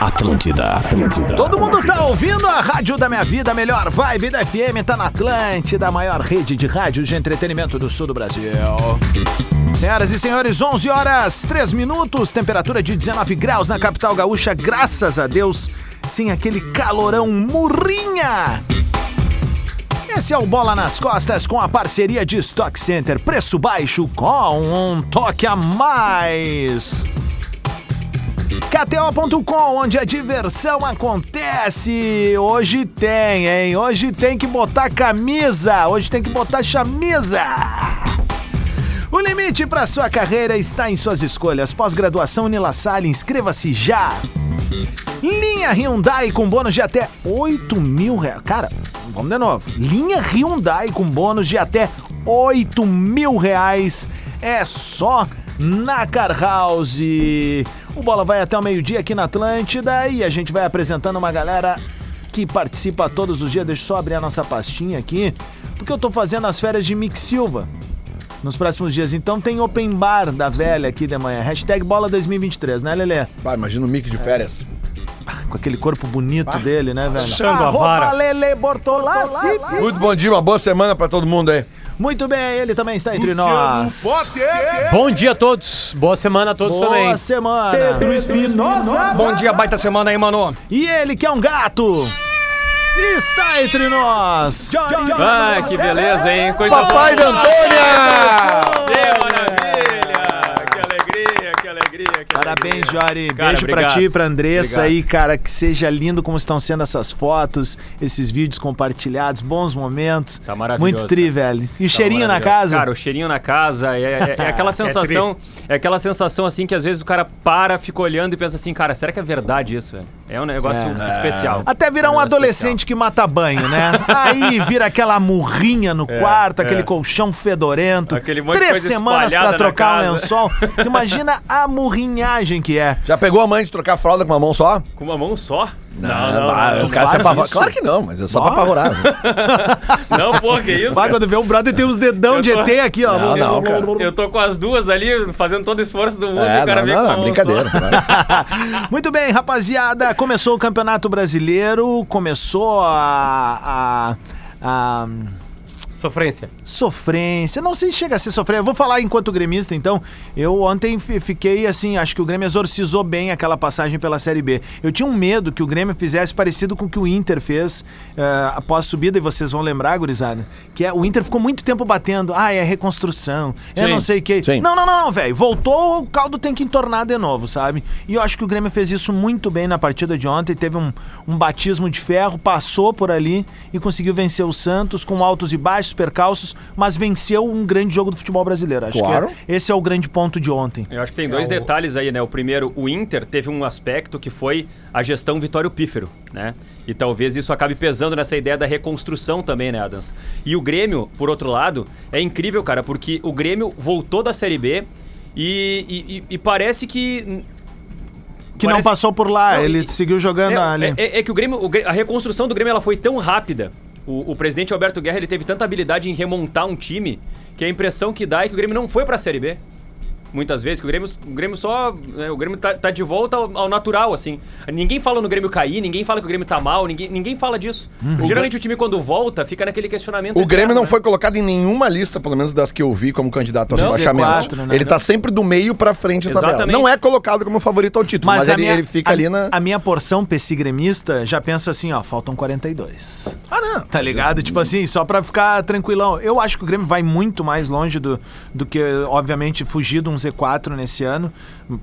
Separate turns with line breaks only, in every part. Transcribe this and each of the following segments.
Atlântida, Atlântida.
Todo mundo tá ouvindo a Rádio da Minha Vida, a melhor vibe da FM, tá na Atlântida, a maior rede de rádios de entretenimento do sul do Brasil. Senhoras e senhores, 11 horas 3 minutos, temperatura de 19 graus na capital gaúcha, graças a Deus, sem aquele calorão murrinha. Esse é o Bola nas Costas com a parceria de Stock Center, preço baixo com um toque a mais. KTO.com, onde a diversão acontece. Hoje tem, hein? Hoje tem que botar camisa. Hoje tem que botar chamisa. O limite para sua carreira está em suas escolhas. Pós-graduação Nila Salle, inscreva-se já. Linha Hyundai com bônus de até 8 mil reais. Cara, vamos de novo. Linha Hyundai com bônus de até 8 mil reais. É só na Car House. O Bola vai até o meio-dia aqui na Atlântida e a gente vai apresentando uma galera que participa todos os dias. Deixa eu só abrir a nossa pastinha aqui, porque eu tô fazendo as férias de Mick Silva nos próximos dias. Então tem open bar da velha aqui de manhã. Hashtag bola 2023, né, Lelê?
Pá, imagina o Mick de férias.
Com aquele corpo bonito dele, né, velho?
Achando a
Arroba
vara.
Lelê Bortolassi.
Muito bom dia, uma boa semana pra todo mundo aí.
Muito bem, ele também está entre nós.
Bom dia a todos. Boa semana a todos também.
Boa semana.
Bom dia, baita semana aí, mano.
E ele que é um gato. Está entre nós.
Ah, que beleza, hein? Coisa
Papai da Antônia!
boa. Que maravilha. Que alegria, que alegria. Tá Que
Parabéns,
alegria.
Jori.
Cara,
Beijo pra
obrigado.
ti e pra Andressa
Obrigado.
aí, cara. Que seja lindo como estão sendo essas fotos, esses vídeos compartilhados, bons momentos.
Tá maravilhoso,
Muito tri,
cara. Tá
velho. E cheirinho na
maravilhoso.
casa.
Cara, o cheirinho na casa é, é- é aquela sensação, é, aquela sensação assim que às vezes o cara para, fica olhando e pensa assim, cara, será que é verdade isso, velho? É um negócio
É.
especial.
Até virar
É
um
negócio
adolescente que mata banho, né? Aí vira aquela murrinha no quarto, aquele
é.
colchão fedorento.
Aquele monte de
Três
coisa
semanas pra
espalhada na
trocar um
casa.
lençol. Tu imagina a murrinhagem que é.
Já pegou a mãe de trocar a fralda com uma mão só?
especial. Com uma mão só? Não,
Ah,
não,
os caras se
faz
apavor-
isso?
Claro que não, mas é só pra
Bora.
apavorar. né?
não, não, pô, que isso,
Vai
cara?
quando vê o brother tem uns dedão
Eu
de
tô-
ET aqui, ó.
Não, não, cara.
Eu tô com as duas ali, fazendo todo o esforço do mundo, e
É,
o cara
não,
vem
não,
com a
não,
mão
brincadeira.
só.
cara.
Muito bem, rapaziada. Começou o Campeonato Brasileiro, começou a. a, a
Sofrência.
sofrência. Não sei se chega a ser sofrer. Eu vou falar enquanto gremista, então. Eu ontem fi- fiquei assim, acho que o Grêmio exorcizou bem aquela passagem pela Série B. Eu tinha um medo que o Grêmio fizesse parecido com o que o Inter fez eh, após a subida, e vocês vão lembrar, gurizada, que é, o Inter ficou muito tempo batendo. Ah, é reconstrução, é
Sim,
não sei o quê.
sim.
Não, não, não, não, velho. Voltou, o caldo tem que entornar de novo, sabe? E eu acho que o Grêmio fez isso muito bem na partida de ontem. Teve um, um batismo de ferro, passou por ali e conseguiu vencer o Santos com altos e baixos, percalços, mas venceu um grande jogo do futebol brasileiro. Acho
Claro.
que é- esse é o grande ponto de ontem.
Eu acho que tem dois detalhes aí, né? O primeiro, o Inter teve um aspecto que foi a gestão Vitório Pífero, né? E talvez isso acabe pesando nessa ideia da reconstrução também, né, Adams? E o Grêmio, por outro lado, é incrível, cara, porque o Grêmio voltou da Série B e, e- e- e parece que
Que não
Parece-
passou por lá,
Não,
ele
e-
seguiu jogando
é,
ali.
é- é- é que o Grêmio, o Grê- a reconstrução do Grêmio ela foi tão rápida. O, o presidente Alberto Guerra ele teve tanta habilidade em remontar um time que a impressão que dá é que o Grêmio não foi pra Série B. Muitas vezes, que o Grêmio, o Grêmio só. né, o Grêmio tá, tá de volta ao, ao natural, assim. Ninguém fala no Grêmio cair, ninguém fala que o Grêmio tá mal, ninguém, ninguém fala disso. Geralmente o time, quando volta, fica naquele questionamento.
O
eterno,
Grêmio não
né?
foi colocado em nenhuma lista, pelo menos das que eu vi, como candidato ao
Não,
rebaixamento.
C4, né?
Ele tá sempre do meio pra frente da tabela.
Exatamente.
Não é colocado como favorito ao título, mas, ele, ele fica
a-
ali na.
A minha porção pessigremista já pensa assim, ó, faltam 42.
Ah, não.
Tá ligado? Tipo assim, só pra ficar tranquilão. Eu acho que o Grêmio vai muito mais longe do, do que, obviamente, fugir de um Z4 nesse ano,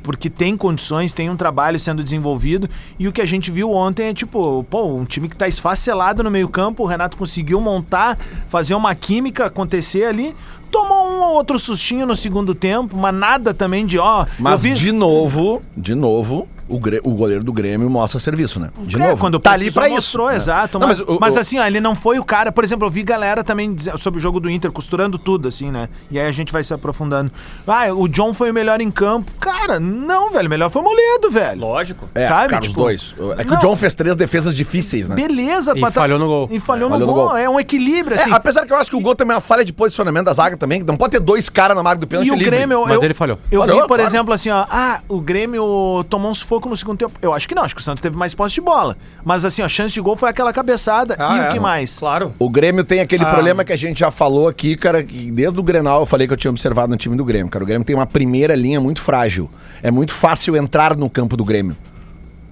porque tem condições, tem um trabalho sendo desenvolvido. E o que a gente viu ontem é tipo, pô, um time que tá esfacelado no meio-campo, o Renato conseguiu montar, fazer uma química acontecer ali. Tomou um ou outro sustinho no segundo tempo, mas nada também de ó. eu
Mas
vi-
de novo, de novo, o, Grê- o goleiro do Grêmio mostra serviço, né? De
É,
novo,
quando
tá ali
precisou,
pra
mostrou,
isso. né?
exato.
Não,
mas
o-
mas
o-
assim, ó, ele não foi o cara. Por exemplo, eu vi galera também dizer- sobre o jogo do Inter, costurando tudo, assim, né? E aí a gente vai se aprofundando. Ah, o John foi o melhor em campo. Cara, não, velho. Melhor foi o Moledo, velho.
né? Lógico.
É,
sabe,
cara,
tipo,
os dois. É que
não.
o John fez três defesas difíceis, né?
Beleza,
E
pra tá-
falhou no gol.
E falhou, no,
Falhou no
gol.
gol.
É um equilíbrio,
É,
assim.
apesar que eu acho que o gol também é uma falha de posicionamento da zaga também, que não pode ter dois caras na marca do pênalti
E o
livre.
Grêmio.
Mas
eu-
ele falhou.
Eu
Falhou,
vi, por
claro.
exemplo, assim, ó. Ah, o Grêmio tomou um sufoco no segundo tempo. Eu acho que não, acho que o Santos teve mais posse de bola. Mas assim, ó, chance de gol foi aquela cabeçada.
Ah,
e
é.
o que mais?
Claro.
O Grêmio tem aquele
Ah.
problema que a gente já falou aqui, cara, que desde o Grenal eu falei que eu tinha observado no time do Grêmio, cara. O Grêmio tem uma primeira linha muito frágil. É muito fácil entrar no campo do Grêmio.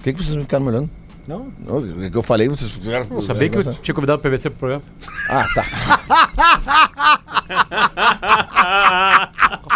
O que, que vocês me ficaram olhando? Não. O que eu falei, vocês fizeram. Não
Sabia que eu tinha convidado o PVC pro programa?
Ah, tá.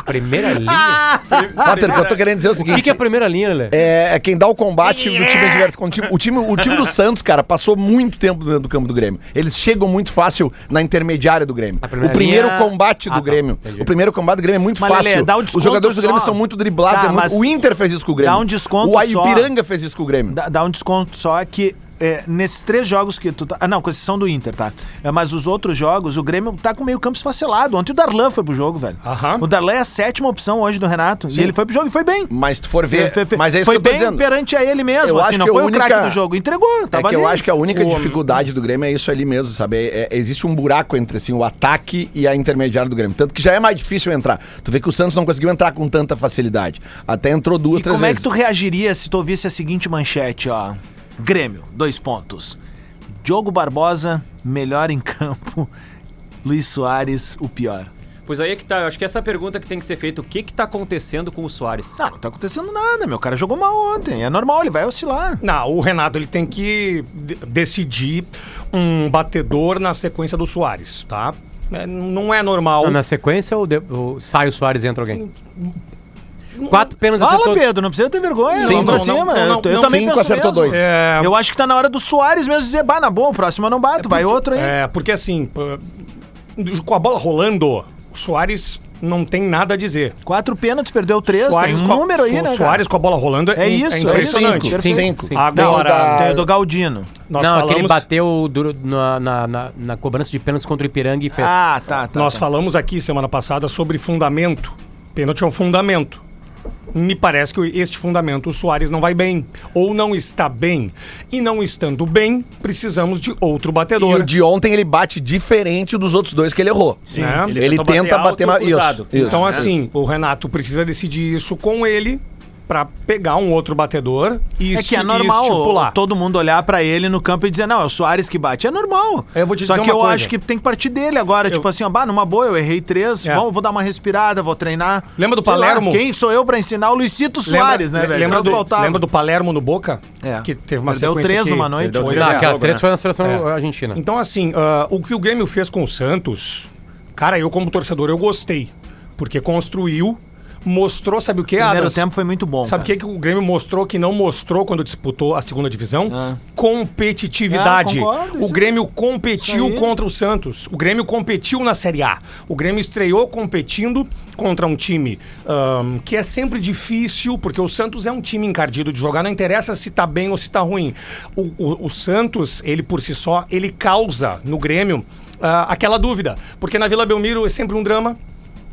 Primeira linha?
Potter, o que eu tô querendo dizer é o
Ah, O que,
seguinte.
que é a primeira linha, Lelê?
é, é quem dá o combate do time adversário. Quando O time, o, time, o time do Santos, cara, passou muito tempo dentro do campo do Grêmio. Eles chegam muito fácil na intermediária do Grêmio.
primeira
O primeiro
linha-
combate do
Ah, tá.
Grêmio.
Entendi.
O primeiro combate do Grêmio é muito
Mas,
fácil.
Lelê, dá um
Os
desconto
jogadores do Grêmio
só.
são muito driblados.
Tá,
é muito-
mas-
O Inter fez isso com o Grêmio.
Dá um desconto
O
só.
Aipiranga fez isso com o Grêmio.
Dá, dá um desconto só que é, nesses três jogos que tu tá. Ah, não, com exceção do Inter, tá? É, mas os outros jogos, o Grêmio tá com meio campo esfacelado. Ontem o Darlan foi pro jogo, velho.
Aham.
O Darlan é a sétima opção hoje do Renato. E ele foi pro jogo e foi bem.
Mas se tu for ver.
Ele foi, foi-
mas é isso
foi
que eu tô
bem
dizendo.
perante a ele mesmo,
Eu
assim,
acho
não
que a
foi o craque
única-
do jogo. Entregou,
É
tava
que eu
ali.
acho que a única
O-
dificuldade do Grêmio é isso ali mesmo, sabe? É- é- existe um buraco entre assim, o ataque e a intermediária do Grêmio. Tanto que já é mais difícil entrar. Tu vê que o Santos não conseguiu entrar com tanta facilidade. Até entrou duas,
E
três
como é
vezes.
que tu reagiria se tu ouvisse a seguinte manchete, ó? Grêmio, dois pontos. Diogo Barbosa, melhor em campo. Luiz Soares, o pior.
Pois aí é que tá. Eu acho que essa pergunta que tem que ser feita: o que que tá acontecendo com o Soares?
Não, não tá acontecendo nada, meu. O cara jogou mal ontem. É normal, ele vai oscilar.
Não, o Renato ele tem que de- decidir um batedor na sequência do Soares, tá? É, n- não é normal.
Ah,
Na sequência ou, de- ou sai o Soares e entra alguém? Quatro pênaltis
Fala,
acertou-
Pedro, não precisa ter vergonha. vamos
Cinco.
pra
Não, não,
cima.
não, não,
eu, eu
não.
também
Cinco
penso
acertou
mesmo.
dois.
É.
Eu acho que tá na hora do Soares mesmo dizer, bah, na boa, o próximo eu não bato, vai outro aí.
É, porque assim, pô, com a bola rolando, o Soares não tem nada a dizer.
Quatro pênaltis, perdeu três, tem um
com a-
número aí,
Su-
né, cara?
Soares com a bola rolando
É isso, é isso.
impressionante.
Cinco,
cinco, cinco.
Agora,
Tem o do Galdino.
Ah, nós
não,
falamos...
aquele bateu duro- na, na- na- na cobrança de pênaltis contra o Ipiranga e fez.
Ah, tá, tá.
Nós
tá.
falamos aqui semana passada sobre fundamento. Pênalti é um fundamento. Me parece que este fundamento o Soares não vai bem. Ou não está bem. E não estando bem, precisamos de outro
E
batedor.
o de ontem ele bate diferente dos outros dois que ele errou. Sim.
né?
Ele, tenta bater, mais.
alto cruzado.
Isso.
né?
Então, assim, o Renato precisa decidir isso com ele pra pegar um outro batedor e
É que é
esti- e
normal
estipular.
todo mundo olhar pra ele no campo e dizer, não, é o Soares que bate. É normal.
Eu vou te
Só
dizer
que
uma
eu
coisa.
acho que tem que partir dele agora. Tipo assim, ó, bah, numa boa, eu errei três,
É.
bom, vou dar uma respirada, vou treinar.
Lembra do
Sei lá,
Palermo?
quem sou eu pra ensinar o Luicito
Lembra-
Soares, né,
le-
velho?
Lembra
Só
do,
faltava.
lembra do Palermo no Boca?
É.
Que teve uma
Perdeu
sequência
três
que-
numa noite.
Perdeu
Pois
três
é.
Não, aquela
jogo,
três
né?
foi na seleção
É.
argentina.
Então, assim, ah, o que o Grêmio fez com o Santos, cara, eu como torcedor, eu gostei. Porque construiu, mostrou, sabe o que,
Primeiro
Adams?
tempo foi muito bom.
Sabe o
cara.
que, que o Grêmio mostrou que não mostrou quando disputou a segunda divisão?
Ah.
Competitividade.
Ah, concordo,
o
isso-
Grêmio competiu
isso aí.
contra o Santos. O Grêmio competiu na Série A. O Grêmio estreou competindo contra um time ahm, que é sempre difícil, porque o Santos é um time encardido de jogar. Não interessa se tá bem ou se tá ruim. O, o- o Santos, ele por si só, ele causa no Grêmio ah, aquela dúvida. Porque na Vila Belmiro é sempre um drama.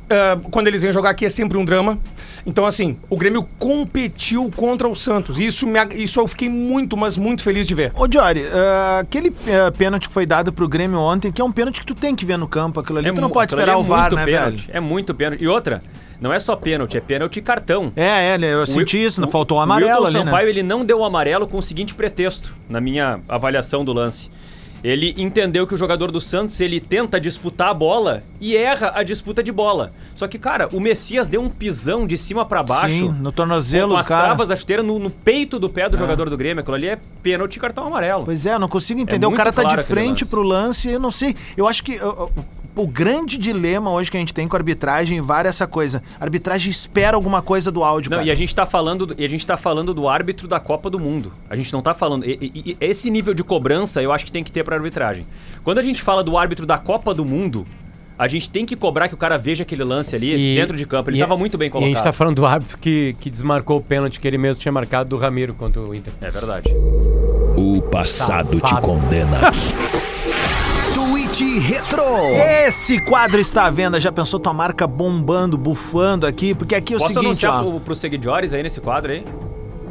É, quando eles vêm jogar aqui é sempre um drama. Então, assim, o Grêmio competiu contra o Santos. Isso, me, ag- isso eu fiquei muito, mas muito feliz de ver.
Ô, Diori, ah, aquele ah, pênalti que foi dado pro Grêmio ontem, que é um pênalti que tu tem que ver no campo, aquilo
É
ali, tu não
É mu-
pode
aquilo ali
esperar o VAR,
muito
né,
pênalti,
velho?
É muito pênalti. E outra, não é só pênalti, é pênalti e cartão.
É, é, eu senti isso, não faltou o amarelo
Wilton
ali,
Sampaio,
né?
ele não deu o amarelo com o seguinte pretexto, na minha avaliação do lance. Ele entendeu que o jogador do Santos, ele tenta disputar a bola e erra a disputa de bola. Só que, cara, o Messias deu um pisão de cima pra baixo.
Sim, no tornozelo,
com as
cara.
travas da chuteira no, no peito do pé do jogador do Grêmio. Aquilo ali é pênalti e cartão amarelo.
Pois é, eu não consigo entender. o
muito
cara tá
claro
de
aquele
frente
lance.
pro lance, eu não sei. Eu acho que ó, ó, o grande dilema hoje que a gente tem com a arbitragem VAR é essa coisa. A arbitragem espera alguma coisa do áudio,
Não,
cara.
e a gente tá falando, e a gente tá falando do árbitro da Copa do Mundo. A gente não tá falando. e- e- e esse nível de cobrança eu acho que tem que ter pra arbitragem. Quando a gente fala do árbitro da Copa do Mundo, A gente tem que cobrar que o cara veja aquele lance ali dentro de campo. Ele
e-
estava muito bem
E a gente
colocado.
tá falando do árbitro que, que desmarcou o pênalti que ele mesmo tinha marcado do Ramiro contra o Inter.
É verdade.
O passado te
Safado.
condena.
Twitch Retro. Esse quadro está à venda. Já pensou tua marca bombando, bufando aqui? Porque aqui é o
Posso
seguinte,
anunciar
ó.
pro, pros seguidores aí nesse quadro aí?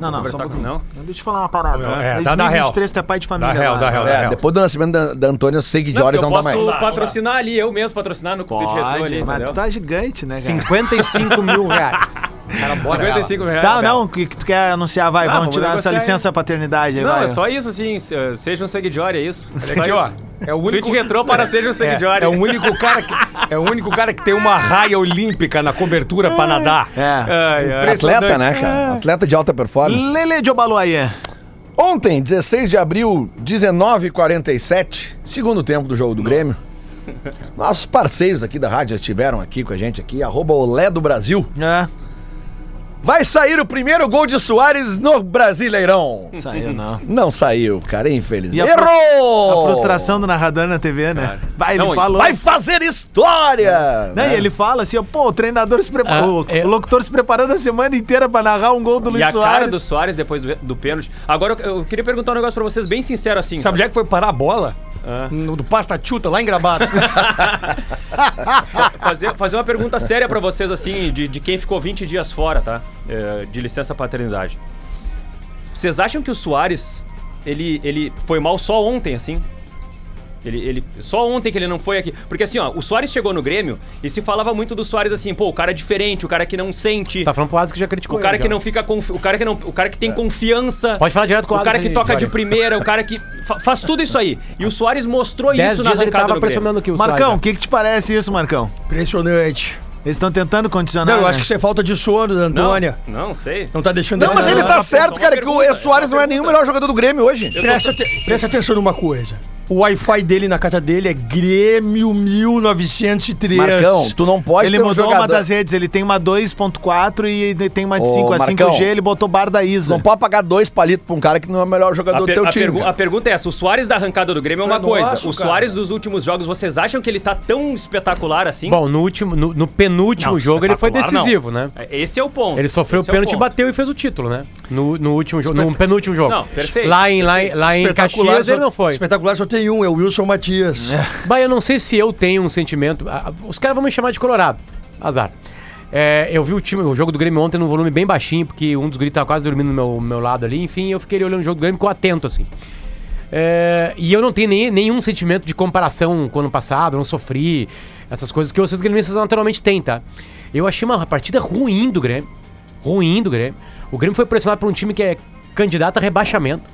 Não, não,
conversar
só um
com-
pouquinho.
não?
Deixa eu te falar uma parada.
É, dá- dá real.
2023 tu é pai de família.
Dá real,
lá,
dá
né?
real, dá
É,
real.
depois do nascimento da, da Antônia, os seguidores
eu
não, dá mais.
posso patrocinar ali, eu mesmo patrocinar no Pode, Retro ali,
Pode, mas
entendeu?
tu tá gigante, né, cara?
55 mil reais. Cara, bora.
55 reais.
Tá,
Abel.
não, que, que tu quer anunciar, vai,
Ah,
vamos
vamos
tirar essa
negociar aí.
licença paternidade aí,
Não,
vai.
é só isso assim, se- seja um seguidor, é isso.
Esse aqui, ó, É o único...
Twitch retrô para seja um seguidor.
É, é o único cara que é o único cara que tem uma raia olímpica na cobertura para nadar.
É.
Ai, ai.
Atleta, né, cara? Atleta de alta performance.
Lele de Obaluayê.
Ontem, 16 de abril, 19h47, segundo tempo do jogo do Grêmio. Nossos parceiros aqui da rádio já estiveram aqui com a gente aqui, arroba Olé do Brasil.
É.
Vai sair o primeiro gol de Soares no Brasileirão.
Saiu, não.
Não saiu, cara, infelizmente.
E a fru-
Errou!
A frustração do narrador na TV, né? Vai, ele
Não,
falou.
Vai fazer história!
Né? E ele fala assim, ó, pô, o treinador se preparou,
Ah, é-
o locutor se preparando a semana inteira pra narrar um gol do
E
Luiz
a cara
Soares.
do Soares depois do, do pênalti. Agora eu, eu queria perguntar um negócio pra vocês, bem sincero assim.
Sabe onde é que foi parar a bola?
Ah.
No, do Pasta Chuta, lá em Gramado.
fazer, fazer uma pergunta séria pra vocês, assim, de, de quem ficou 20 dias fora, tá? É, de licença paternidade. Vocês acham que o Soares, ele, ele foi mal só ontem, assim? Ele, ele, só ontem que ele não foi aqui. Porque assim, ó, o Soares chegou no Grêmio e se falava muito do Soares assim, pô, o cara é diferente, o cara que não sente.
Tá falando pro Ades que já criticou
O cara
ele,
que
já.
não fica confi- o cara que não, o cara que tem confiança.
É. Pode falar direto com o
o cara
Alisson
que
aí,
toca de
Jorge.
primeira, o cara que fa- faz tudo isso aí. E o Soares mostrou
Dez
isso na
dias ele
arrancada do Grêmio.
tava pressionando aqui o
Marcão, o
Soares,
que, que te parece isso, Marcão?
Impressionante.
Eles estão tentando condicionar.
Não, eu acho
né?
que isso é falta de sono, da
Não,
Antônia.
não sei.
Então,
Não tá deixando
Não, mas ele tá
Só
certo,
uma
cara, que o
pergunta,
Soares
só
não
uma
é nenhum
pergunta.
melhor jogador do Grêmio hoje.
Presta, ate- presta atenção numa coisa. O Wi-Fi dele na casa dele é Grêmio 1903.
Marcão, tu não pode
Ele
ter um
mudou
jogador-
uma das redes, ele tem uma 2.4 e tem uma de
Ô,
5 a
Marcão.
5G, ele botou bar da
Não
Isa.
pode pagar dois palitos pra um cara que não é o melhor
A,
jogador do
per-
teu
a
time.
pergu-
cara.
a pergunta é essa: o Soares da arrancada do Grêmio é uma
Não é
coisa.
nosso,
o
cara.
Soares dos últimos jogos, vocês acham que ele tá tão espetacular assim?
Bom, no, último, no, no penúltimo
Não,
jogo ele foi
espetacular, não.
decisivo, né?
É, Esse é o ponto.
Ele sofreu o
Esse é
pênalti,
ponto.
bateu e fez o título, né? No, no último jogo, no penúltimo jogo.
Não, perfeito,
Lá em, lá em, lá em Caxias
só-
ele não foi.
Espetacular só tem um, é o Wilson Matias.
Bah, eu não sei se eu tenho um sentimento. ah, ah, Os caras vão me chamar de colorado. Azar. É, eu vi o time, o jogo do Grêmio ontem num volume bem baixinho, porque um dos gritos tava quase dormindo no meu, meu lado ali. Enfim, eu fiquei ali olhando o jogo do Grêmio com atento, assim. É, e eu não tenho nem- nenhum sentimento de comparação com o ano passado, eu não sofri. Essas coisas que vocês gremistas naturalmente têm, tá? Eu achei uma partida ruim do Grêmio. Ruim do Grêmio. O Grêmio foi pressionado por um time que é candidato a rebaixamento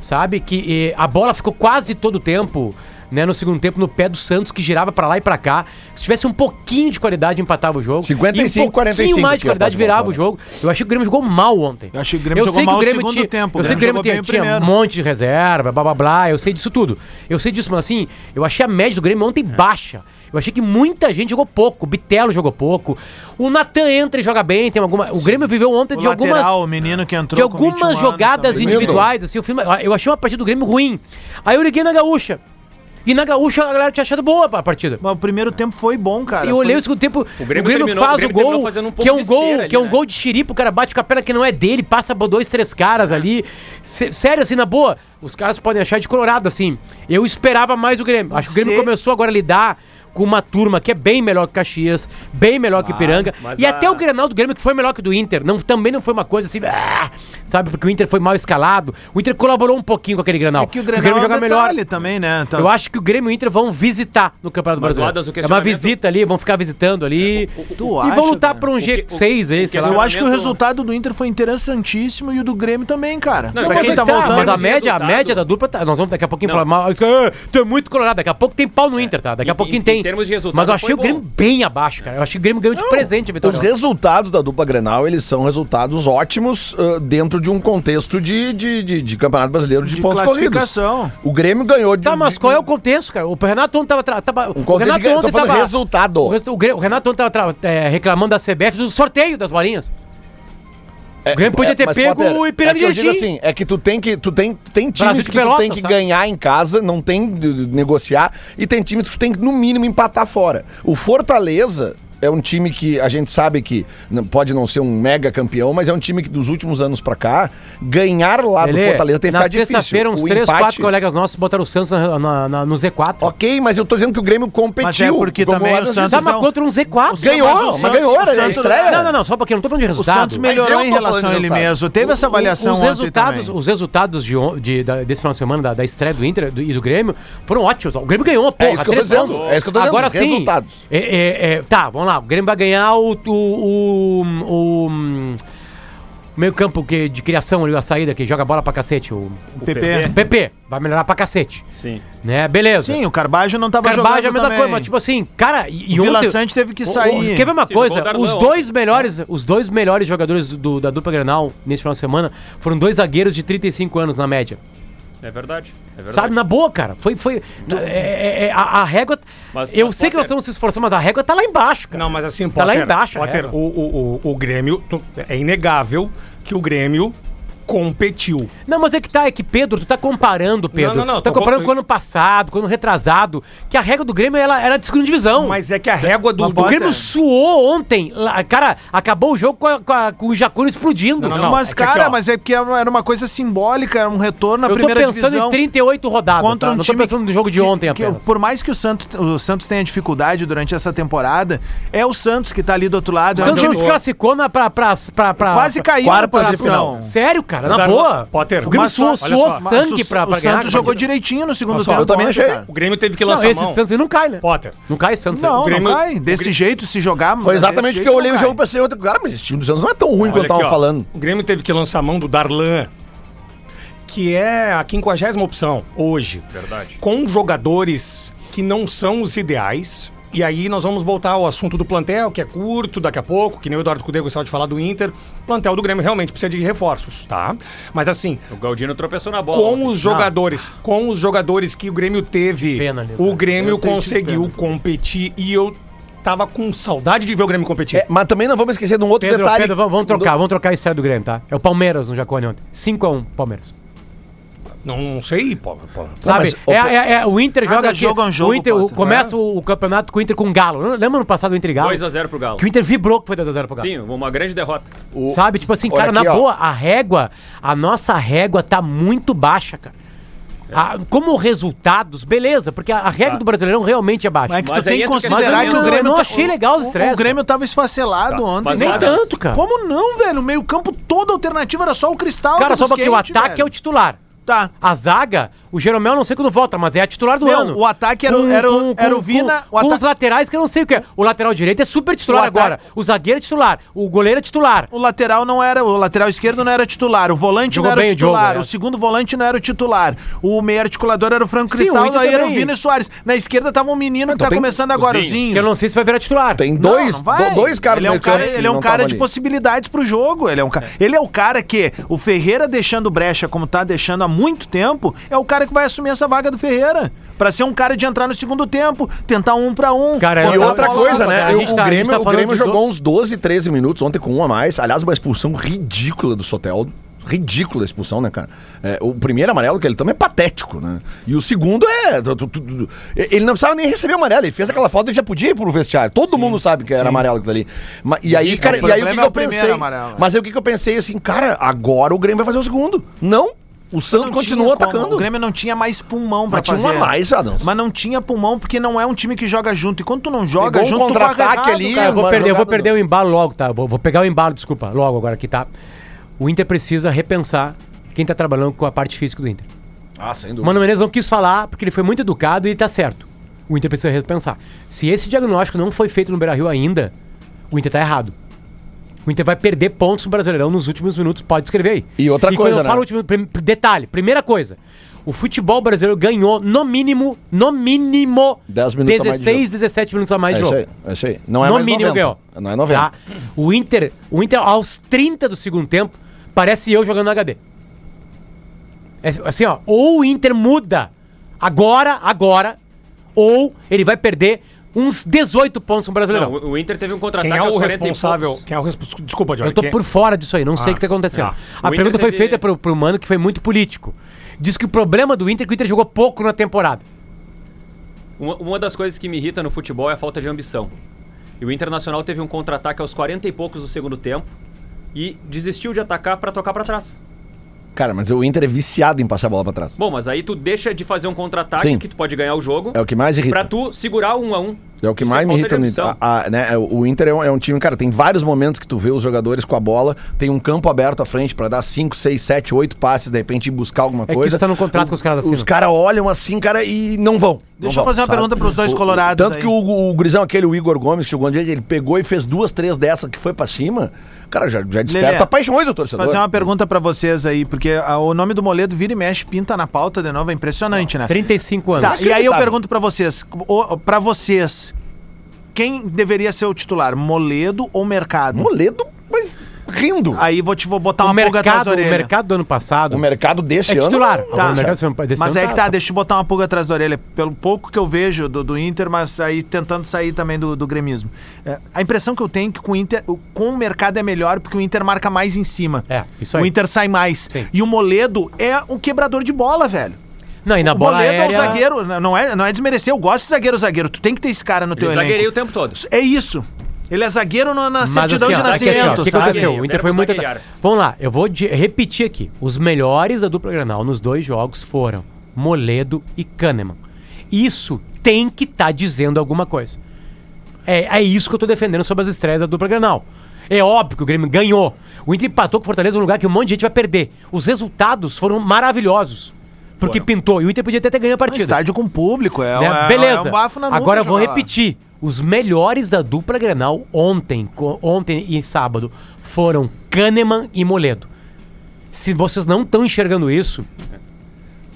sabe? Que eh, a bola ficou quase todo o tempo, né, no segundo tempo, no pé do Santos, que girava pra lá e pra cá. Se tivesse um pouquinho de qualidade, empatava o jogo.
55,
e um pouquinho
45
mais de
que eu
qualidade,
posso
virava
botar.
o jogo. Eu achei que o Grêmio jogou mal ontem.
Eu achei que o Grêmio jogou
sei
mal no
Grêmio
segundo
tinha-
tempo.
Eu
O
sei que o
Grêmio
Grêmio
jogou bem
tinha,
o
tinha um
primeiro.
monte de reserva, blá blá blá, eu sei disso tudo. Eu sei disso, mas assim, eu achei a média do Grêmio ontem baixa. Eu achei que muita gente jogou pouco, o Bitelo jogou pouco, o Natan entra e joga bem, tem alguma... O Grêmio viveu ontem
O
de algumas
lateral, o menino que entrou
de
com 21
algumas
anos tá
jogadas
também.
individuais, assim, eu, fui- eu achei uma partida do Grêmio ruim. Aí eu liguei na Gaúcha. E na Gaúcha a galera tinha achado boa a partida.
Mas o primeiro tempo foi bom, cara.
eu olhei
foi...
o segundo tempo, o Grêmio,
Grêmio terminou-
faz
o
o,
Grêmio terminou
gol,
fazendo um pouco
que é um
de
gol,
cera ali,
que é um
né?
gol de xiripa, o cara bate com a perna que não é dele, passa por dois, três caras ali. Sé- sério, assim, na boa, os caras podem achar de colorado, assim. Eu esperava mais o Grêmio. Acho que o Grêmio
Sé-
começou agora a lidar com uma turma que é bem melhor que Caxias, bem melhor que Piranga.
mas
E
a-
até o Grenal do Grêmio, que foi melhor que o do Inter, não, também não foi uma coisa assim, "Ah", sabe? Porque o Inter foi mal escalado. O Inter colaborou um pouquinho com aquele Grenal.
É que o Grenal é um
joga
detalhe também, né? Então,
eu acho que o Grêmio e o Inter vão visitar no Campeonato
Mas,
Brasileiro.
Adas, o
É uma
questionamento-
visita ali, vão ficar visitando ali.
tu
e
acha,
vão lutar
cara?
pra um
É, O que-
G6
o-
aí,
o
sei
que-
lá.
Eu acho que o
Lamento-
resultado do Inter foi interessantíssimo e o do Grêmio também, cara.
Não,
pra
mas
quem
é
tá
que tá,
voltando.
mas a
esse
média, a
resultado-
média da dupla, tá- nós vamos daqui a pouquinho
Não. É.
falar mal. Isso, "Ah, Tu é muito colorado, daqui a pouco tem pau no Inter, tá? Daqui a
Em-
pouquinho
em-
tem.
em termos de resultado,
mas eu achei
foi
o Grêmio
bom.
bem abaixo, cara. Eu achei que o Grêmio ganhou de presente a
Os
vitória.
resultados da dupla Grenal, eles são resultados ótimos ah, dentro de um contexto de, de, de- de Campeonato Brasileiro de,
De
pontos corridos.
classificação.
O Grêmio ganhou de...
Tá, mas
de-
qual é o contexto, cara? O Renato ontem tava. tra- tava
Um
o
contexto
Renato
de... Tô
ontem
falando
tava.
resultado.
O, resto- o Gre- o Renato ontem tava tra- é, reclamando da CBF do sorteio das bolinhas.
É,
o Grêmio podia ter
mas,
pego
Potter,
o Ipiranga
é que eu
de
digo
Erechim.
assim, é que tu tem que tu tem tem times
Brasil de
que
Pelotas,
tu tem que
sabe?
ganhar em casa, não tem de- de negociar e tem times que tu tem que no mínimo empatar fora. O Fortaleza é um time que a gente sabe que n- pode não ser um mega campeão, mas é um time que dos últimos anos pra cá ganhar lá do
Lelê,
Fortaleza tem
na
ficado difícil.
sexta-feira, uns
O
três,
empate-
quatro colegas nossos botaram o Santos na- na- na- no Z4.
Ok, mas eu tô dizendo que o Grêmio competiu.
Mas é porque
como
também
Adams
o Santos
disse.
Tá, mas
não-
contra um Z4.
Ganhou,
Mas o
mas
Santos-
ganhou,
o
era
Santos-
estreia.
Não, não, não, só um pouquinho, não tô falando de
O
resultado.
Santos
Mas
melhorou
eu
em
tô falando
relação a
de
ele
resultado.
mesmo. Teve essa avaliação
os
ontem
resultados,
também.
os resultados de, on- de- da- desse final de semana, da, da estreia do Inter do- e do Grêmio, foram ótimos. O Grêmio ganhou, porra,
É isso que eu tô
três
dizendo,
pontos.
é isso que eu tô dizendo,
Agora sim.
resultados.
é- é- é, tá, vamos lá. O Grêmio vai ganhar o. o, o- o- meio campo que, de criação ali, a saída que joga bola pra cacete. O,
O
o
PP.
PP vai melhorar pra cacete.
Sim.
Né? Beleza.
Sim, o Carbajo não tava
Carvalho é a
jogando
mesma
também.
coisa, mas tipo assim, cara, e, e
o Vila
ontem-
Sante teve que
o- o-
sair.
Quer ver uma
Sim,
coisa?
jogou o Darlan
Os
ontem.
dois melhores, os dois melhores jogadores do- da dupla Grenal nesse final de semana foram dois zagueiros de 35 anos na média.
É verdade. É verdade.
Sabe, na boa, cara. Foi. foi é- é- é- a, a régua.
Mas-
eu
mas,
sei que nós
Potter-
estamos se esforçando, mas a régua tá lá embaixo, cara.
Não, mas assim,
Tá lá embaixo, a
Potter,
régua.
o, o, o, o Grêmio, tu- é inegável que o Grêmio competiu.
Não, mas é que tá, é que Pedro, tu tá comparando, Pedro.
Não, não, não,
Tá
tô
comparando
com-
com o ano passado, com o ano retrasado, que a régua do Grêmio ela era de segunda divisão.
Mas é que a régua do...
Mas
do
O
bota-
Grêmio suou ontem. lá- Cara, acabou o jogo com, a- com a- com o Jacuru explodindo.
Não, não,
mas,
é que aqui,
cara,
ó.
mas é porque era uma coisa simbólica, era um retorno na
eu tô
primeira
pensando
divisão.
em 38 rodadas.
contra
tá?
um
não
time
tô pensando no jogo de
que-
ontem
que- é
apenas.
por mais que o Santos, o Santos tenha dificuldade durante essa temporada, é o Santos que tá ali do outro lado.
O
é
Santos
um
não
time
se classificou na, pra, pra, pra, pra-
Quase
pra-
caiu
quartas
no
de
coração.
final.
Sério, cara, na
Darlan,
boa.
Potter,
o Grêmio
mas
suou,
só- olha
suou
só,
Mas
sangue
o-
pra, pra
o
ganhar.
Santos jogou direitinho no segundo
Olha só,
tempo.
eu também
ontem,
achei.
cara.
O Grêmio teve que
Não,
lançar
esse
mão.
Santos aí não cai, né?
Potter,
Não cai Santos. aí.
Não,
O Grêmio-
não cai. Desse jeito, se jogar...
Foi
é desse
exatamente
jeito,
porque eu olhei
não
o jogo e
cai.
pensei, outro cara, mas esse time dos anos não é tão ruim quanto eu
Olha
tava
aqui, ó.
falando.
O Grêmio teve que lançar a mão do Darlan, que é a quinquagésima opção hoje.
Verdade.
Com jogadores que não são os ideais. E aí nós vamos voltar ao assunto do plantel, que é curto daqui a pouco, que nem o Eduardo Cudê gostava de falar do Inter. O plantel do Grêmio realmente precisa de reforços, tá? Mas assim,
O Galdino tropeçou na bola.
com
ontem.
os jogadores, com os jogadores que o Grêmio teve,
Pena, né,
o
cara?
Grêmio
Eu tenho tido
conseguiu
pena.
competir e eu tava com saudade de ver o Grêmio competir.
É, mas também não vamos esquecer de um outro
Pedro,
detalhe.
Pedro, vamos, vamos trocar, vamos trocar a história do Grêmio, tá? É o Palmeiras no Jacone ontem. 5x1, Palmeiras.
Não, não sei, pô. pô.
Sabe?
mas, ô,
é,
Pe-
é- é- o Inter
Cada
joga aqui.
jogo é um jogo,
o Inter, o-
Potter.
começa o, o campeonato com o Inter com o Galo. Lembra no passado o Inter e Galo?
2x0 pro Galo.
Que o Inter vibrou que foi 2x0 pro Galo.
Sim, uma grande derrota.
O-
Sabe? Tipo assim,
Olha
cara,
aqui,
na
ó.
boa, a régua, a nossa régua tá muito baixa, cara. Ah, como resultados, beleza, porque a, a régua
Tá.
do Brasileirão realmente é baixa.
Mas é que
Mas
tu tem
aí
que
entra o que-
considerar
mas eu
que o
não-
Grêmio...
eu não
tá-
achei legal os
o-
estresses,
O Grêmio tava esfacelado
Tá,
ontem.
mas
Nem
olha,
tanto, cara.
Como não, velho? O meio campo todo alternativo era só o Cristal.
cara, só
porque
porque o ataque é o titular.
Tá.
A zaga, o Jeromel não sei quando volta, mas é a titular do
Não,
ano.
o ataque era o- era o- era o Vina,
Com,
o
com
ata-
os laterais que eu não sei o que é. O lateral direito é super titular
O ataque-
agora. O zagueiro é titular. O goleiro é titular.
O lateral não era, o lateral esquerdo não era titular, o volante
Jogou
não era
bem o
titular,
Diogo, é.
o segundo volante não era o titular, o meio articulador era o Franco
Sim, o
Cristal,
Inter
aí era o
também.
Vini Soares. Na esquerda tava um menino que
Então
tá
tem-
começando agora, o
Zinho.
Zinho.
Que eu não sei se vai virar titular.
Tem
Não,
dois,
não vai.
do- dois caras
ele é um
no meio campo
cara,
que
ele é
não
um cara
tavam
de
ali.
possibilidades pro jogo. Ele é um cara, ele é o cara que o Ferreira deixando brecha como tá deixando há muito tempo, é o cara que vai assumir essa vaga do Ferreira. Pra ser um cara de entrar no segundo tempo, tentar um pra um.
Cara,
botar
E
Eu-
outra
a bola
coisa,
lá pra
a
né?
trás.
eu-
gente
o
tá- a gente
Grêmio,
tá
o
falando
Grêmio
de do-
jogou uns 12, 13 minutos ontem com um a mais. Aliás, uma expulsão ridícula do Soteldo. Ridícula a expulsão, né, cara? É, o primeiro amarelo que ele toma é patético, né? E o segundo é. tu- tu- tu- tu- Ele não precisava nem receber o amarelo. Ele fez aquela falta e já podia ir pro vestiário. Todo mundo sabe que era amarelo aquilo ali. Ma- E aí,
Isso,
cara,
o
e aí o
problema
que, que
é
eu
o primeiro
pensei?
amarelo, né?
Mas aí o que, que eu pensei assim, cara, agora o Grêmio vai fazer o segundo. Não! O Santos
Não tinha
continua
como.
atacando.
O Grêmio não tinha mais pulmão pra
Mas tinha um
fazer.
a mais, Adams.
Mas não tinha pulmão porque não é um time que joga junto. E quando tu não joga
Pegou um
junto, tu
contra-ataque
corre errado,
ali,
cara.
Ah, Eu vou
Uma
perder, eu vou
jogada
perder o embalo logo, tá? Vou, vou pegar o embalo, desculpa, logo agora aqui, tá? O Inter precisa repensar quem tá trabalhando com a parte física do Inter.
Ah, sem
O Mano Menezes não quis falar porque ele foi muito educado e ele tá certo. O Inter precisa repensar. Se esse diagnóstico não foi feito no Beira-Rio ainda, o Inter tá errado. O Inter vai perder pontos no Brasileirão nos últimos minutos, pode escrever aí.
E outra
quando
coisa,
eu
né?
falo último prim- detalhe, primeira coisa. O futebol brasileiro ganhou no mínimo, no mínimo
10 minutos a mais de
16, 17 minutos a mais
É
de
isso
jogo
aí, é isso aí. Não é
no
mais
mínimo
90.
ganhou.
Não é 90.
Tá? O, Inter, o Inter, aos 30 do segundo tempo, parece eu jogando no HD. É assim, ó. Ou o Inter muda agora, agora, ou ele vai perder uns 18 pontos no Brasileirão.
Não, o o Inter teve um
Quem
contra-ataque
é
aos
o
40 e
responsável?
poucos.
Quem é o responsável? Desculpa, Jorge.
Eu tô
quem- é-
por fora disso aí, não sei o que tá acontecendo.
tá.
A
Ah, O
pergunta
Inter
foi
teve-
feita pro, pro Mano, que foi muito político. Diz que o problema do Inter é que o Inter jogou pouco na temporada.
Uma, uma das coisas que me irrita no futebol é a falta de ambição. E o Internacional teve um contra-ataque aos 40 e poucos do segundo tempo e desistiu de atacar pra tocar pra trás.
Cara, mas o Inter é viciado em passar a bola pra trás.
Bom, mas aí tu deixa de fazer um contra-ataque
Sim.
que tu pode ganhar o jogo.
É o que mais irrita.
Pra tu segurar o um a um.
É o que
Isso
mais me
falta de
irrita no Inter.
ambição.
A- a- né, o o Inter é um, é um time, cara, tem vários momentos que tu vê os jogadores com a bola, tem um campo aberto à frente pra dar 5, 6, 7, 8 passes, de repente ir buscar alguma
que
coisa.
isso tá no contrato com os caras da
Os
Sina.
caras olham assim, cara, e não vão. não
Deixa eu
vão,
fazer uma
sabe?
pergunta pros dois
O- o-
colorados
Tanto
aí.
que o, o grisão aquele, o Igor Gomes, que jogou um dia, ele pegou e fez duas, três dessas que foi pra cima. Cara, já, já desperta
Lelê,
paixões do torcedor.
Fazer uma pergunta pra vocês aí, porque ah, o nome do Moledo vira e mexe, pinta na pauta de novo, é impressionante, né?
35 anos.
Tá, e aí eu
Inacreditável.
pergunto pra vocês, o- pra vocês, quem deveria ser o titular, Moledo ou Mercado?
Moledo, mas rindo.
Aí vou te vou botar
O
uma pulga atrás
mercado,
da
o
orelha.
mercado do ano passado
O mercado desse
é
ano...
titular.
Tá.
O mercado desse
Mas
ano
aí que tá, deixa eu botar uma pulga atrás da orelha. Pelo pouco que eu vejo do, do Inter, mas aí tentando sair também do, do gremismo. É, a impressão que eu tenho é que com o, Inter, o- com o mercado é melhor, porque o Inter marca mais em cima.
É, isso aí.
O Inter sai mais.
Sim.
E o Moledo é um quebrador de bola, velho.
Não, e na
o
bola
Moledo
aérea...
é um zagueiro, não é, não é desmerecer, eu gosto de zagueiro, zagueiro. Tu tem que ter esse cara no teu
Ele zagueirei o
elenco.
tempo todo.
É isso. Ele é zagueiro no- na
Mas
certidão
assim, ó,
de
é que assim, ó,
nascimento,
O que
sabe?
aconteceu? O
Zagueiro,
Inter foi muito...
zagueiro.
atra- Vamos lá, eu vou de- repetir aqui. Os melhores da dupla Granal nos dois jogos foram Moledo e Kahneman. Isso tem que estar dizendo alguma coisa. É, é isso que eu tô defendendo sobre as estreias da dupla Granal. É óbvio que o Grêmio ganhou. O Inter empatou com o Fortaleza num lugar que um monte de gente vai perder. Os resultados foram maravilhosos. Porque pintou. E o Inter podia até ter ganho a
Um
partida.
estádio com público, é,
Né?
um- é-
Beleza.
é um bafo na nuca
Agora eu vou
jogar lá.
repetir. Os melhores da dupla Grenal ontem, co- ontem e sábado foram Kahneman e Moledo. Se vocês não estão enxergando isso,
ah.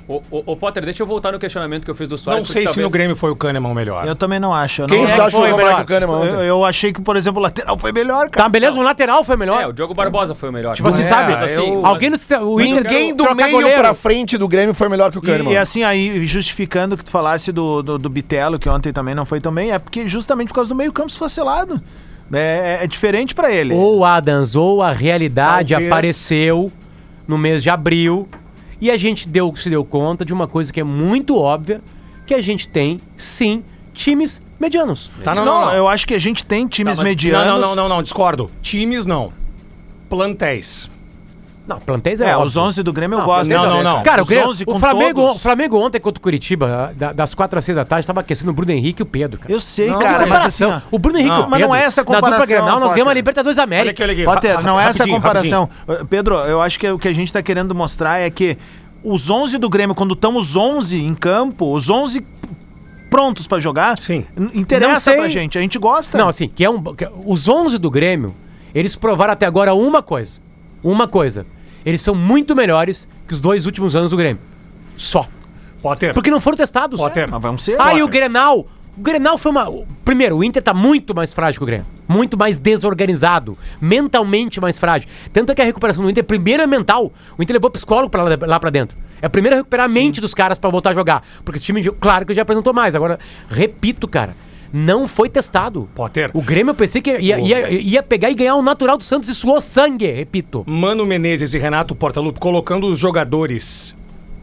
Ô, ô, ô, Potter, deixa eu voltar no questionamento que eu fiz do Soares.
Não sei se
porque
no
talvez-
Grêmio foi o Kahneman o melhor.
Eu também não acho. eu
Quem
não
você
acho.
acha que
É foi
jogou mais
melhor?
que o Kahneman ontem?
Eu, eu achei que, por exemplo, o lateral foi melhor, cara.
tá beleza? Um lateral foi melhor.
É, o Diogo Barbosa foi o melhor.
Tipo assim,
É,
sabe?
eu-
assim,
Alguém no sistema- o
Mas
Inter-
Ninguém do
troca
meio
goleiro.
pra frente do Grêmio foi melhor que o Kahneman.
E, e assim, aí, justificando que tu falasse do, do, do Bitelo, que ontem também não foi tão bem, é porque justamente por causa do meio-campo esfacelado. É, é- é diferente pra ele.
Ou Adams, ou a realidade
Talvez.
apareceu no mês de abril e a gente deu, se deu conta de uma coisa que é muito óbvia, que a gente tem, sim, times medianos.
Tá,
não, eu acho que a gente tem times
Tá, mas-
medianos.
Não, não, não, não, discordo. Times não. Plantéis.
Não, plantéis é,
É,
óbvio.
os 11 do Grêmio eu gosto.
não,
né,
não, não.
Cara, o,
os
Grêmio-
11
o
com
Flamengo,
todos.
o Flamengo ontem contra o Curitiba, da- das 4 às 6 da tarde, tava aquecendo o Bruno Henrique e o Pedro, cara.
Eu sei,
Não,
cara,
que
mas assim.
comparação.
ó,
o Bruno Henrique e o
não, mas não é essa
Na
comparação,
dupla Grenal, nós
Potter.
ganhamos a Libertadores da América.
Olha aqui, olha aqui.
Potter, não é essa
Rapidinho,
comparação. Uh, Pedro, eu acho que o que a gente tá querendo mostrar é que os 11 do Grêmio, quando estão os 11 em campo, os 11 p- prontos pra jogar,
Sim.
n- interessa
Não sei-
pra gente, a gente gosta.
Não, assim, que é um, que- os 11 do Grêmio, eles provaram até agora uma coisa. Uma coisa. Eles são muito melhores que os dois últimos anos do Grêmio. Só.
Potter.
Porque não foram testados.
Potter.
mas vamos ser.
Aí o Grenal. O Grenal foi uma. Primeiro, o Inter tá muito mais frágil que o Grêmio. Muito mais desorganizado. Mentalmente mais frágil. Tanto é que a recuperação do Inter, primeiro é mental. O Inter levou psicólogo pra lá, lá pra dentro. É primeiro recuperar a mente dos caras pra voltar a jogar. Porque esse time, claro que já apresentou mais. Agora, repito, cara. Não foi testado.
Potter.
O Grêmio eu pensei que ia, ia, ia pegar e ganhar o natural do Santos e suou sangue, repito.
Mano Menezes e Renato Portaluppi colocando os jogadores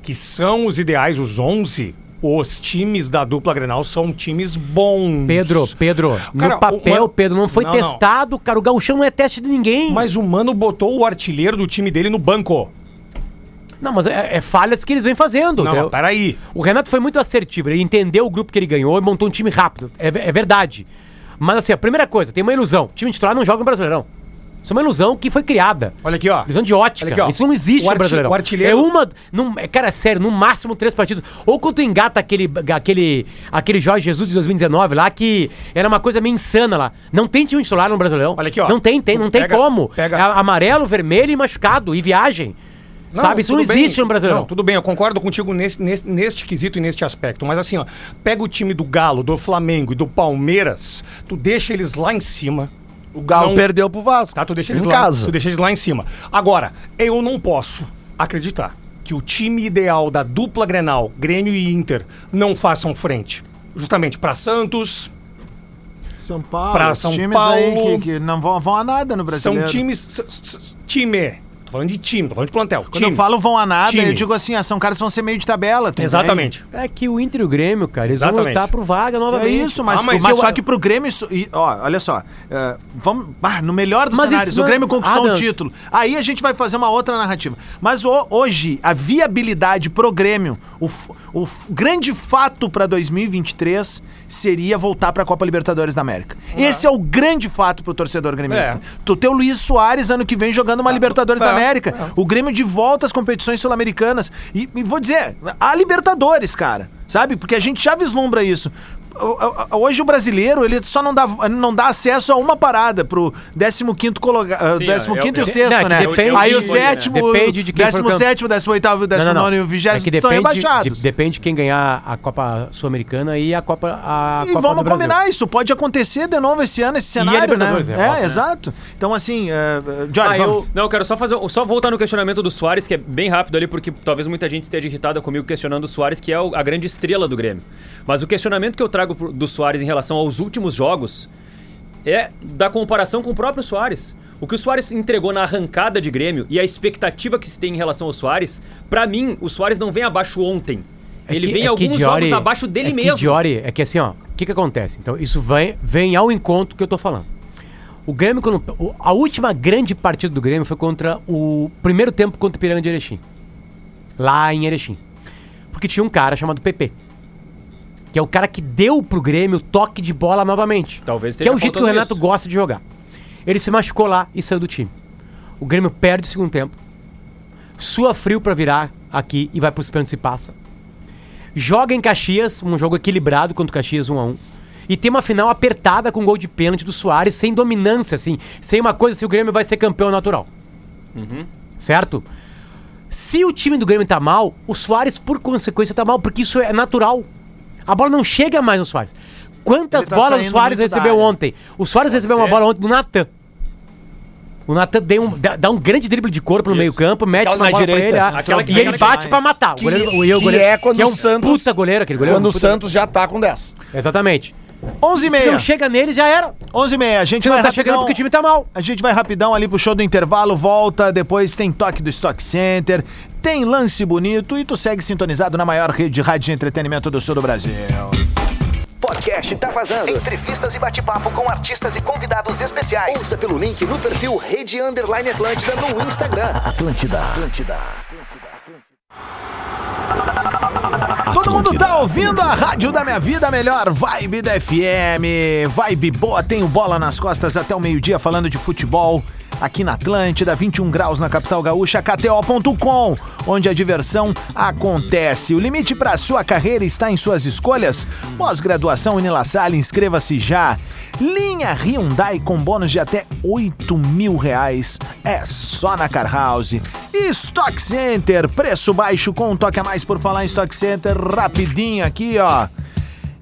que são os ideais, os 11, os times da dupla Grenal são times bons.
Pedro, Pedro,
Cara,
no papel,
o-
Pedro, não foi
Não, não.
testado, cara. O Gauchão não é teste de ninguém.
Mas o Mano botou o artilheiro do time dele no banco.
Não, mas é, é falhas que eles vêm fazendo.
Não,
entendeu?
mas peraí.
O Renato foi muito assertivo, ele entendeu o grupo que ele ganhou e montou um time rápido. É, ve- é verdade. Mas assim, a primeira coisa, tem uma ilusão. O time titular não joga no Brasileirão. Isso é uma ilusão que foi criada.
Olha aqui, ó.
Ilusão de ótica.
Olha aqui, ó.
Isso não existe
O
no
arti-
Brasileirão.
o artilheiro-
É uma. num- é, cara, é sério, no máximo três partidos. Ou quando tu engata aquele, aquele, aquele Jorge Jesus de 2019 lá, que era uma coisa meio insana lá. Não tem time titular no Brasileirão.
Olha aqui, ó.
Não tem, tem, não tem
Pega-
como.
pega-
É amarelo, vermelho e machucado e viagem.
Não,
Sabe? Isso não
tudo bem.
existe no Brasileirão.
Não, tudo bem, eu concordo contigo nesse, nesse- neste quesito e neste aspecto. Mas assim, ó, pega o time do Galo, do Flamengo e do Palmeiras, tu deixa eles lá em cima.
O Galo
Não.
perdeu pro Vasco.
Tá, tu deixa eles
em
lá,
casa.
Tu deixa eles lá em cima. Agora, eu não posso acreditar que o time ideal da dupla Grenal, Grêmio e Inter, não façam frente. Justamente pra Santos,
São Paulo,
Pra
os
São
times aí
Paulo.
que, que não vão, vão a nada no brasileiro.
São times. s- s- Time. Tô falando de time, tô falando de plantel.
Quando
time.
eu falo vão a nada,
Time.
eu digo assim, ah, são caras que vão ser meio de tabela. tu
Exatamente.
É que o Inter e o Grêmio, cara, eles vão
Exatamente.
lutar pro vaga
entende? É
novamente.
isso, mas,
Ah, mas
mas
eu-
só que pro Grêmio, isso, e, ó, olha só, é, vamos, ah, no melhor dos
Mas
cenários,
isso
o
é
não-
Grêmio conquistou um
Adams.
título. Aí a gente vai fazer uma outra narrativa. Mas ho- hoje, a viabilidade pro Grêmio, o, f- o f- grande fato pra 2023 seria voltar pra Copa Libertadores da América. Esse é o grande fato pro torcedor gremista.
É.
Tu tem o Luiz Soares ano que vem jogando uma Libertadores
é,
da América.
é.
O Grêmio de volta às competições sul-americanas. E, e vou dizer, a Libertadores, cara. Sabe? Porque a gente já vislumbra isso. O- o- Hoje o brasileiro, ele só não dá, não dá acesso a uma parada pro 15º, coloca, ah,
Sim,
15º e
é, é,
o sexto,
não, é que
né?
depende-
Aí o
depende, né?
sétimo,
Depende de quem for
17º, 18º, 19º e o 20
É que
são rebaixados.
de- depende de quem ganhar a Copa Sul-Americana e a Copa a
E
Copa
vamos
do Brasil.
combinar isso, pode acontecer de novo esse ano, esse
E a
cenário, né?
Libertadores, é,
É,
óbvio, né?
exato. Então, assim, é, é, Jorge,
Ah,
vamos.
eu, não, eu quero só fazer, um, só voltar no questionamento do Soares, que é bem rápido ali, porque talvez muita gente esteja irritada comigo questionando o Soares, que é o- a grande estrela do Grêmio. Mas o questionamento que eu trago pro- do Soares em relação aos últimos jogos é da comparação com o próprio Soares. O que o Soares entregou na arrancada de Grêmio e a expectativa que se tem em relação ao Soares, pra mim, o Soares não vem abaixo ontem.
É
Ele
que-
vem
é que
alguns
Diori-
jogos abaixo dele
é
mesmo.
Que Diori, é que assim, ó, o que, que acontece? Então, isso vem, vem ao encontro que eu tô falando. O Grêmio, quando- o- a última grande partida do Grêmio foi contra o primeiro tempo contra o Piranga de Erechim. Lá em Erechim. Porque tinha um cara chamado PP. Que é o cara que deu pro Grêmio o toque de bola novamente.
Talvez
Que é
esteja
o jeito que o
faltando
Renato
isso.
gosta de jogar. Ele se machucou lá e saiu do time. O Grêmio perde o segundo tempo. Sua frio pra virar aqui e vai pros pênaltis e passa joga em Caxias, um jogo equilibrado contra o Caxias 1 a 1 e tem uma final apertada com um gol de pênalti do Soares, sem dominância, assim, sem uma coisa se o Grêmio vai ser campeão natural.
Uhum.
Certo? Se o time do Grêmio tá mal, o Soares, por consequência, tá mal, porque isso é natural. A bola não chega mais no Soares. Quantas
Ele tá
bolas o
saindo
Soares
muito da
recebeu
área.
ontem? O Soares recebeu uma
ser.
bola ontem do Natan. O Natan deu um- dá, dá um grande drible de corpo no
Isso.
meio-campo, mete
Aquela
uma
na
bola pra
direita.
ele, ah,
Aquela que-
e ele
aquela que
bate pra
mais.
matar.
Que-
O goleiro, o, e o
que
goleiro,
é quando
que é um
o Santos-
puta goleiro, aquele goleiro. é um
Quando o
puta
Santos já tá com 10.
goleiro. Exatamente.
11 e
Se
meia.
não chega nele, já era.
11 e meia, a gente
Se
vai
não tá
rapidão.
chegando porque o time tá mal.
A gente vai rapidão ali pro show do intervalo, volta, depois tem toque do Stock Center, tem lance bonito e tu segue sintonizado na maior rede de rádio de entretenimento do sul do Brasil.
Podcast tá vazando. Entrevistas e bate-papo com artistas e convidados especiais. Ouça pelo link no perfil Rede Underline Atlântida no Instagram. Atlântida. Atlântida.
Todo mundo tá ouvindo a rádio da minha vida, a melhor vibe da FM. Vibe boa, tenho bola nas costas até o meio-dia falando de futebol. Aqui na Atlântida, 21 graus na capital gaúcha, KTO.com, onde a diversão acontece. O limite para sua carreira está em suas escolhas. Pós-graduação Unila Salle, inscreva-se já. Linha Hyundai com bônus de até 8 mil reais. É só na Car House. E Stock Center, preço baixo com um toque a mais por falar em Stock Center. Rapidinho aqui, ó.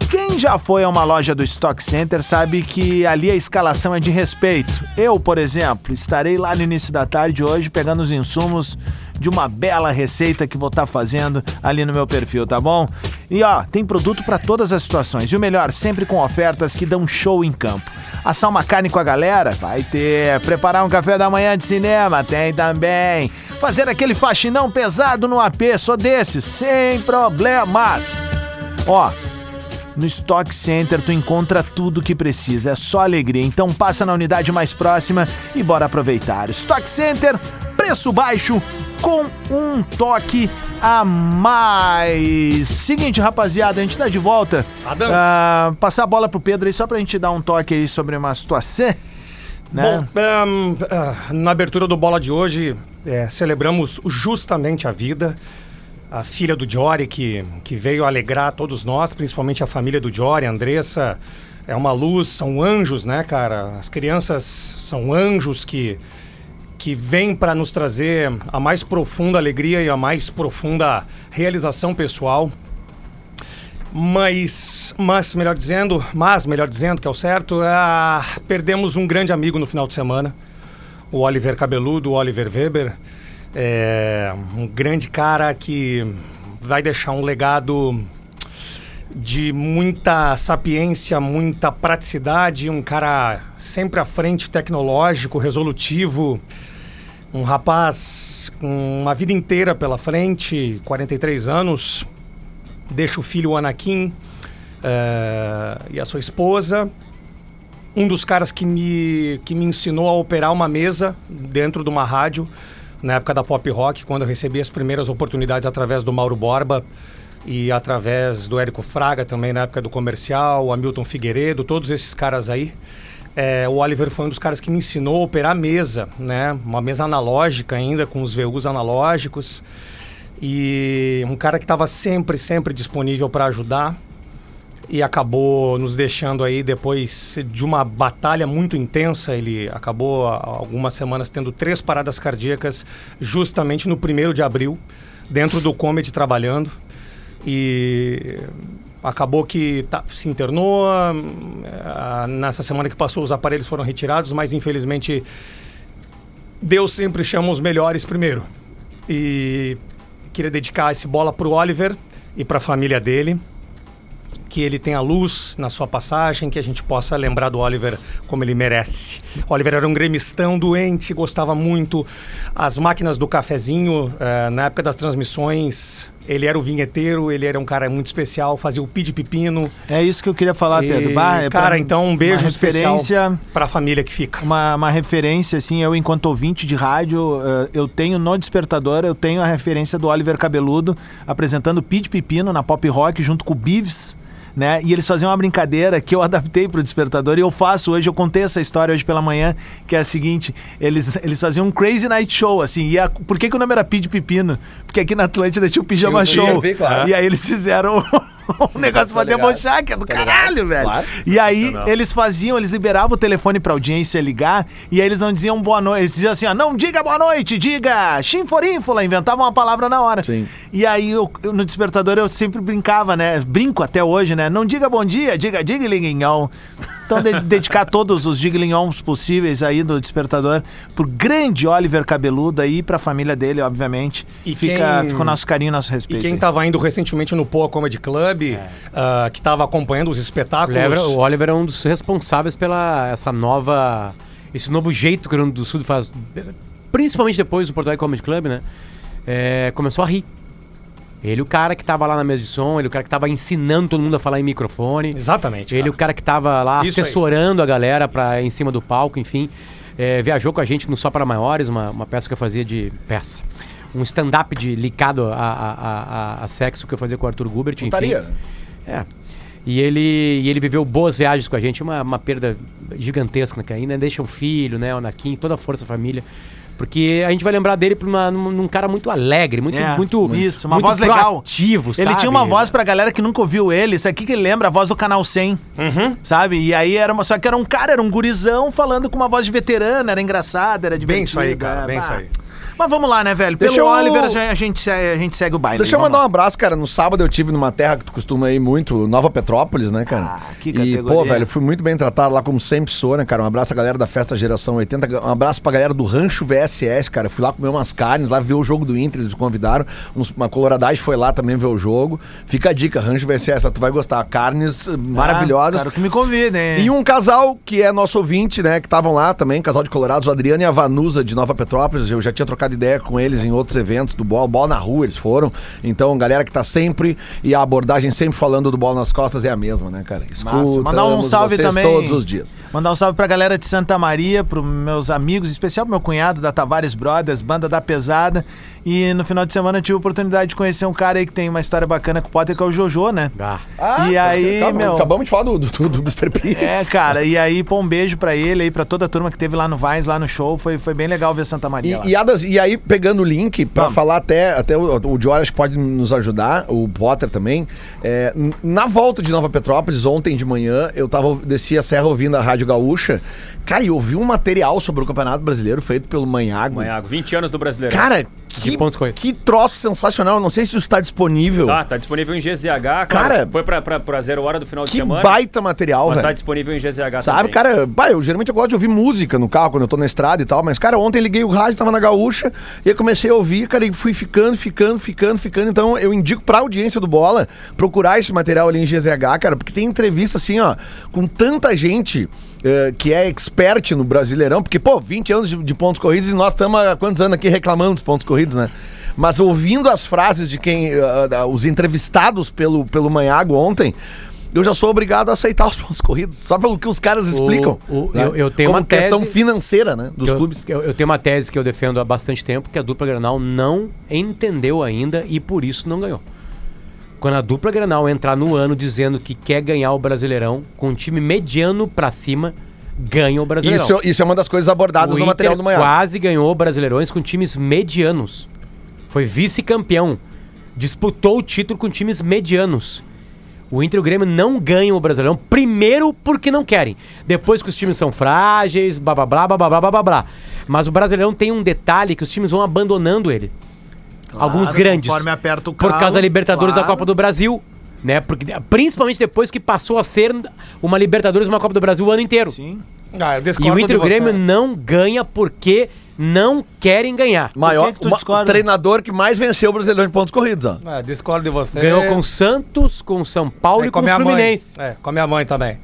Quem já foi a uma loja do Stock Center sabe que ali a escalação é de respeito. Eu, por exemplo, estarei lá no início da tarde hoje pegando os insumos de uma bela receita que vou estar fazendo ali no meu perfil, tá bom? E ó, tem produto para todas as situações. E o melhor, sempre com ofertas que dão show em campo. Assar uma carne com a galera? Vai ter. Preparar um café da manhã de cinema? Tem também. Fazer aquele faxinão pesado no AP? Sou desses, sem problemas. Ó, no Stock Center tu encontra tudo que precisa, é só alegria. Então passa na unidade mais próxima e bora aproveitar. Stock Center, preço baixo com um toque a mais. Seguinte, rapaziada, a gente tá de volta.
Adams.
Ah, passar a bola pro Pedro aí só pra gente dar um toque aí sobre uma situação, né?
Bom, ahn, ah, na abertura do Bola de hoje, é, celebramos justamente a vida. A filha do Jory, que, que veio alegrar todos nós, principalmente a família do Jory, a Andressa, é uma luz, são anjos, né, cara? As crianças são anjos que, que vêm para nos trazer a mais profunda alegria e a mais profunda realização pessoal. Mas, mas melhor dizendo, mas melhor dizendo que é o certo, ah, perdemos um grande amigo no final de semana, o Oliver Cabeludo, o Oliver Weber, é, um grande cara que vai deixar um legado de muita sapiência, muita praticidade, um cara sempre à frente, tecnológico, resolutivo, um rapaz com uma vida inteira pela frente, 43 anos, deixa o filho o Anakin eh, e a sua esposa. Um dos caras que me, que me ensinou a operar uma mesa dentro de uma rádio, na época da pop rock, quando eu recebi as primeiras oportunidades através do Mauro Borba e através do Érico Fraga também, na época do comercial, o Hamilton Figueiredo, todos esses caras aí. Eh, o Oliver foi um dos caras que me ensinou a operar mesa, né? Uma mesa analógica ainda, com os VUs analógicos e um cara que estava sempre, sempre disponível para ajudar e acabou nos deixando aí depois de uma batalha muito intensa. Ele acabou há algumas semanas tendo três paradas cardíacas justamente no primeiro de abril, dentro do Comedy trabalhando. E acabou que tá- se internou. hum, ah, Nessa semana que passou, os aparelhos foram retirados, mas infelizmente Deus sempre chama os melhores primeiro. E queria dedicar esse bola pro Oliver e pra família dele. Que ele tenha luz na sua passagem, que a gente possa lembrar do Oliver como ele merece. Oliver era um gremistão doente, gostava muito. As máquinas do cafezinho, eh, na época das transmissões, ele era o vinheteiro, ele era um cara muito especial, fazia o pide pepino.
É isso que eu queria falar, Pedro.
E,
Bah, é pra
cara,
mim
então um beijo
uma
especial
referência-
pra família que fica.
Uma, uma referência, assim, eu enquanto ouvinte de rádio, eh, eu tenho no Despertador, eu tenho a referência do Oliver Cabeludo apresentando Pete Pepino na Pop Rock junto com o Bives, né? E eles faziam uma brincadeira que eu adaptei pro Despertador e eu faço hoje, eu contei essa história hoje pela manhã, que é a seguinte, eles, eles faziam um Crazy Night Show, assim, e a- por que que o nome era Pete Pepino? Porque aqui na Atlântida tinha o Pijama
Tinha o
Show,
PJP, claro. Tá
e aí eles fizeram... Um negócio pra
ligado.
debochar, que é do
Tá ligado.
caralho, velho.
Claro.
E aí eles faziam, eles liberavam o telefone pra audiência ligar, e aí eles não diziam boa noite, eles diziam assim, ó, não diga boa noite, diga chinforínfula, inventavam uma palavra na hora.
Sim.
E aí eu- eu- no despertador eu sempre brincava, né, brinco até hoje, né, não diga bom dia, diga diglinhão. Então de- dedicar todos os diglinhons possíveis aí do despertador pro grande Oliver Cabeludo aí, pra família dele, obviamente.
E
fica,
quem-
fica o nosso carinho, nosso
E
respeito.
quem
aí.
estava indo recentemente no Poa Comedy Club, ah, que estava acompanhando os espetáculos.
É. Lembra, o Oliver é um dos responsáveis pela essa nova. Esse novo jeito que o Rio Grande do Sul faz. Principalmente depois do Porto Alegre Comedy Club, né? É, começou a rir. Ele, o cara que tava lá na mesa de som, ele, o cara que tava ensinando todo mundo a falar em microfone.
Exatamente.
Ele, o cara que tava lá
Isso aí.
assessorando a galera pra, em cima do palco, enfim. É, viajou com a gente no Só Para Maiores, uma, uma peça que eu fazia de peça. Um stand-up de ligado a, a, a- a- a sexo que eu fazia com o Arthur Gubert, enfim.
Putaria, né?
É. E ele, e ele viveu boas viagens com a gente, uma, uma perda gigantesca, né, que ainda deixa um filho, né, o Anakin, toda a força da família. Porque a gente vai lembrar dele por uma- num num cara muito alegre, muito
É,
muito
isso, uma
muito
voz legal.
proativo,
Ele
sabe?
tinha uma voz pra galera que nunca ouviu ele, isso aqui que ele lembra, a voz do Canal 100, sabe? E aí era uma, só que era um cara, era um gurizão falando com uma voz de veterano, era engraçado, era divertido.
Bem isso aí, cara,
é,
bem
bah.
isso aí.
Mas vamos lá, né, velho? Pelo
Deixa eu-
Oliver, a gente, se- a gente segue o baile.
Deixa eu
vamos
mandar um
lá.
abraço, cara. No sábado eu tive numa terra que tu costuma ir muito, Nova Petrópolis, né, cara?
Ah, que
e, pô,
categoria.
velho, fui muito bem tratado lá, como sempre sou, né, cara? Um abraço à galera da Festa Geração 80, um abraço pra galera do Rancho VSS, cara. Fui lá comer umas carnes, lá ver o jogo do Inter, eles me convidaram. Uns- uma coloradagem foi lá também ver o jogo. Fica a dica, Rancho VSS, tu vai gostar. Carnes eh, maravilhosas.
Claro Ah, que me convidem.
E um casal que é nosso ouvinte, né? Que estavam lá também, casal de Colorados, o Adriano e a Vanusa de Nova Petrópolis. Eu já tinha trocado ideia com eles em outros eventos do Bola. Bola na rua eles foram. Então, galera que tá sempre e a abordagem sempre falando do Bola nas costas é a mesma, né, cara?
Massa. Mandar um
Escutamos
salve
vocês
também.
todos os dias.
Mandar um salve pra galera de Santa Maria, pros meus amigos, em especial pro meu cunhado da Tavares Brothers, banda da pesada. E no final de semana eu tive a oportunidade de conhecer um cara aí que tem uma história bacana com o Potter, que é o Jojo, né?
Ah.
e aí,
acabamos,
meu.
tá Acabamos de falar do, do, do Mr. P.
É, cara, e aí, pô, um beijo pra ele aí, pra toda a turma que teve lá no Vines, lá no show. Foi, foi bem legal ver Santa Maria. lá.
E, e, Adas, e aí, pegando o link, pra
Vamos.
falar até, até o, o Dior acho que pode nos ajudar, o Potter também. é, n- na volta de Nova Petrópolis, ontem de manhã, eu tava, desci a serra ouvindo a Rádio Gaúcha. Cara, e eu vi um material sobre o Campeonato Brasileiro feito pelo Manhago.
Manhago, 20 anos do brasileiro.
Cara, Que,
De pontos corretos.
que troço sensacional. Eu Não sei se isso está disponível.
Tá, tá disponível em GZH. Cara,
Cara,
foi pra, pra, pra zero hora do final de
que
semana.
baita material,
é.
mas
velho.
tá disponível em GZH
Sabe,
também.
cara, bah, eu geralmente eu gosto de ouvir música no carro quando eu tô na estrada e tal, mas, cara, ontem liguei o rádio, tava na gaúcha, e aí comecei a ouvir, cara, e fui ficando, ficando, ficando, ficando. Então, eu indico pra audiência do Bola procurar esse material ali em GZH, cara, porque tem entrevista assim, ó, com tanta gente. eh, que é expert no Brasileirão, porque, pô, 20 anos de, de pontos corridos e nós estamos há quantos anos aqui reclamando dos pontos corridos, né? Mas ouvindo as frases de quem. ah, da- os entrevistados pelo, pelo Manhago ontem, eu já sou obrigado a aceitar os pontos corridos, só pelo que os caras explicam.
o-
né?
eu- eu tenho
Como
uma tese-
questão financeira, né? Dos
que eu-
clubes.
que Eu, eu tenho uma tese que eu defendo há bastante tempo, que a dupla Granal não entendeu ainda e por isso não ganhou. Quando a dupla Granal entrar no ano dizendo que quer ganhar o Brasileirão, com um time mediano pra cima, ganha o Brasileirão.
Isso, isso é uma das coisas abordadas
o
no material do
Inter
Manhago.
quase ganhou Brasileirões com times medianos. Foi vice-campeão. Disputou o título com times medianos. O Inter e o Grêmio não ganham o Brasileirão, primeiro porque não querem. Depois que os times são frágeis, blá blá blá blá blá blá blá blá. Mas o Brasileirão tem um detalhe que os times vão abandonando ele. Alguns grandes.
conforme aperta o
por
calo,
causa da Libertadores
claro.
da Copa do Brasil. Né? Porque, principalmente depois que passou a ser uma Libertadores e uma Copa do Brasil o ano inteiro.
Sim.
Ah, eu
E
discordo
o Inter e o
de
Grêmio
você.
não ganha porque não querem ganhar.
Maior,
que que tu
uma-
discorda?
o treinador que mais venceu o Brasileirão de pontos corridos, ó.
Ah, discordo de você.
Ganhou com o Santos, com o São Paulo
É,
e com, o Fluminense.
Mãe. É, com a minha mãe também.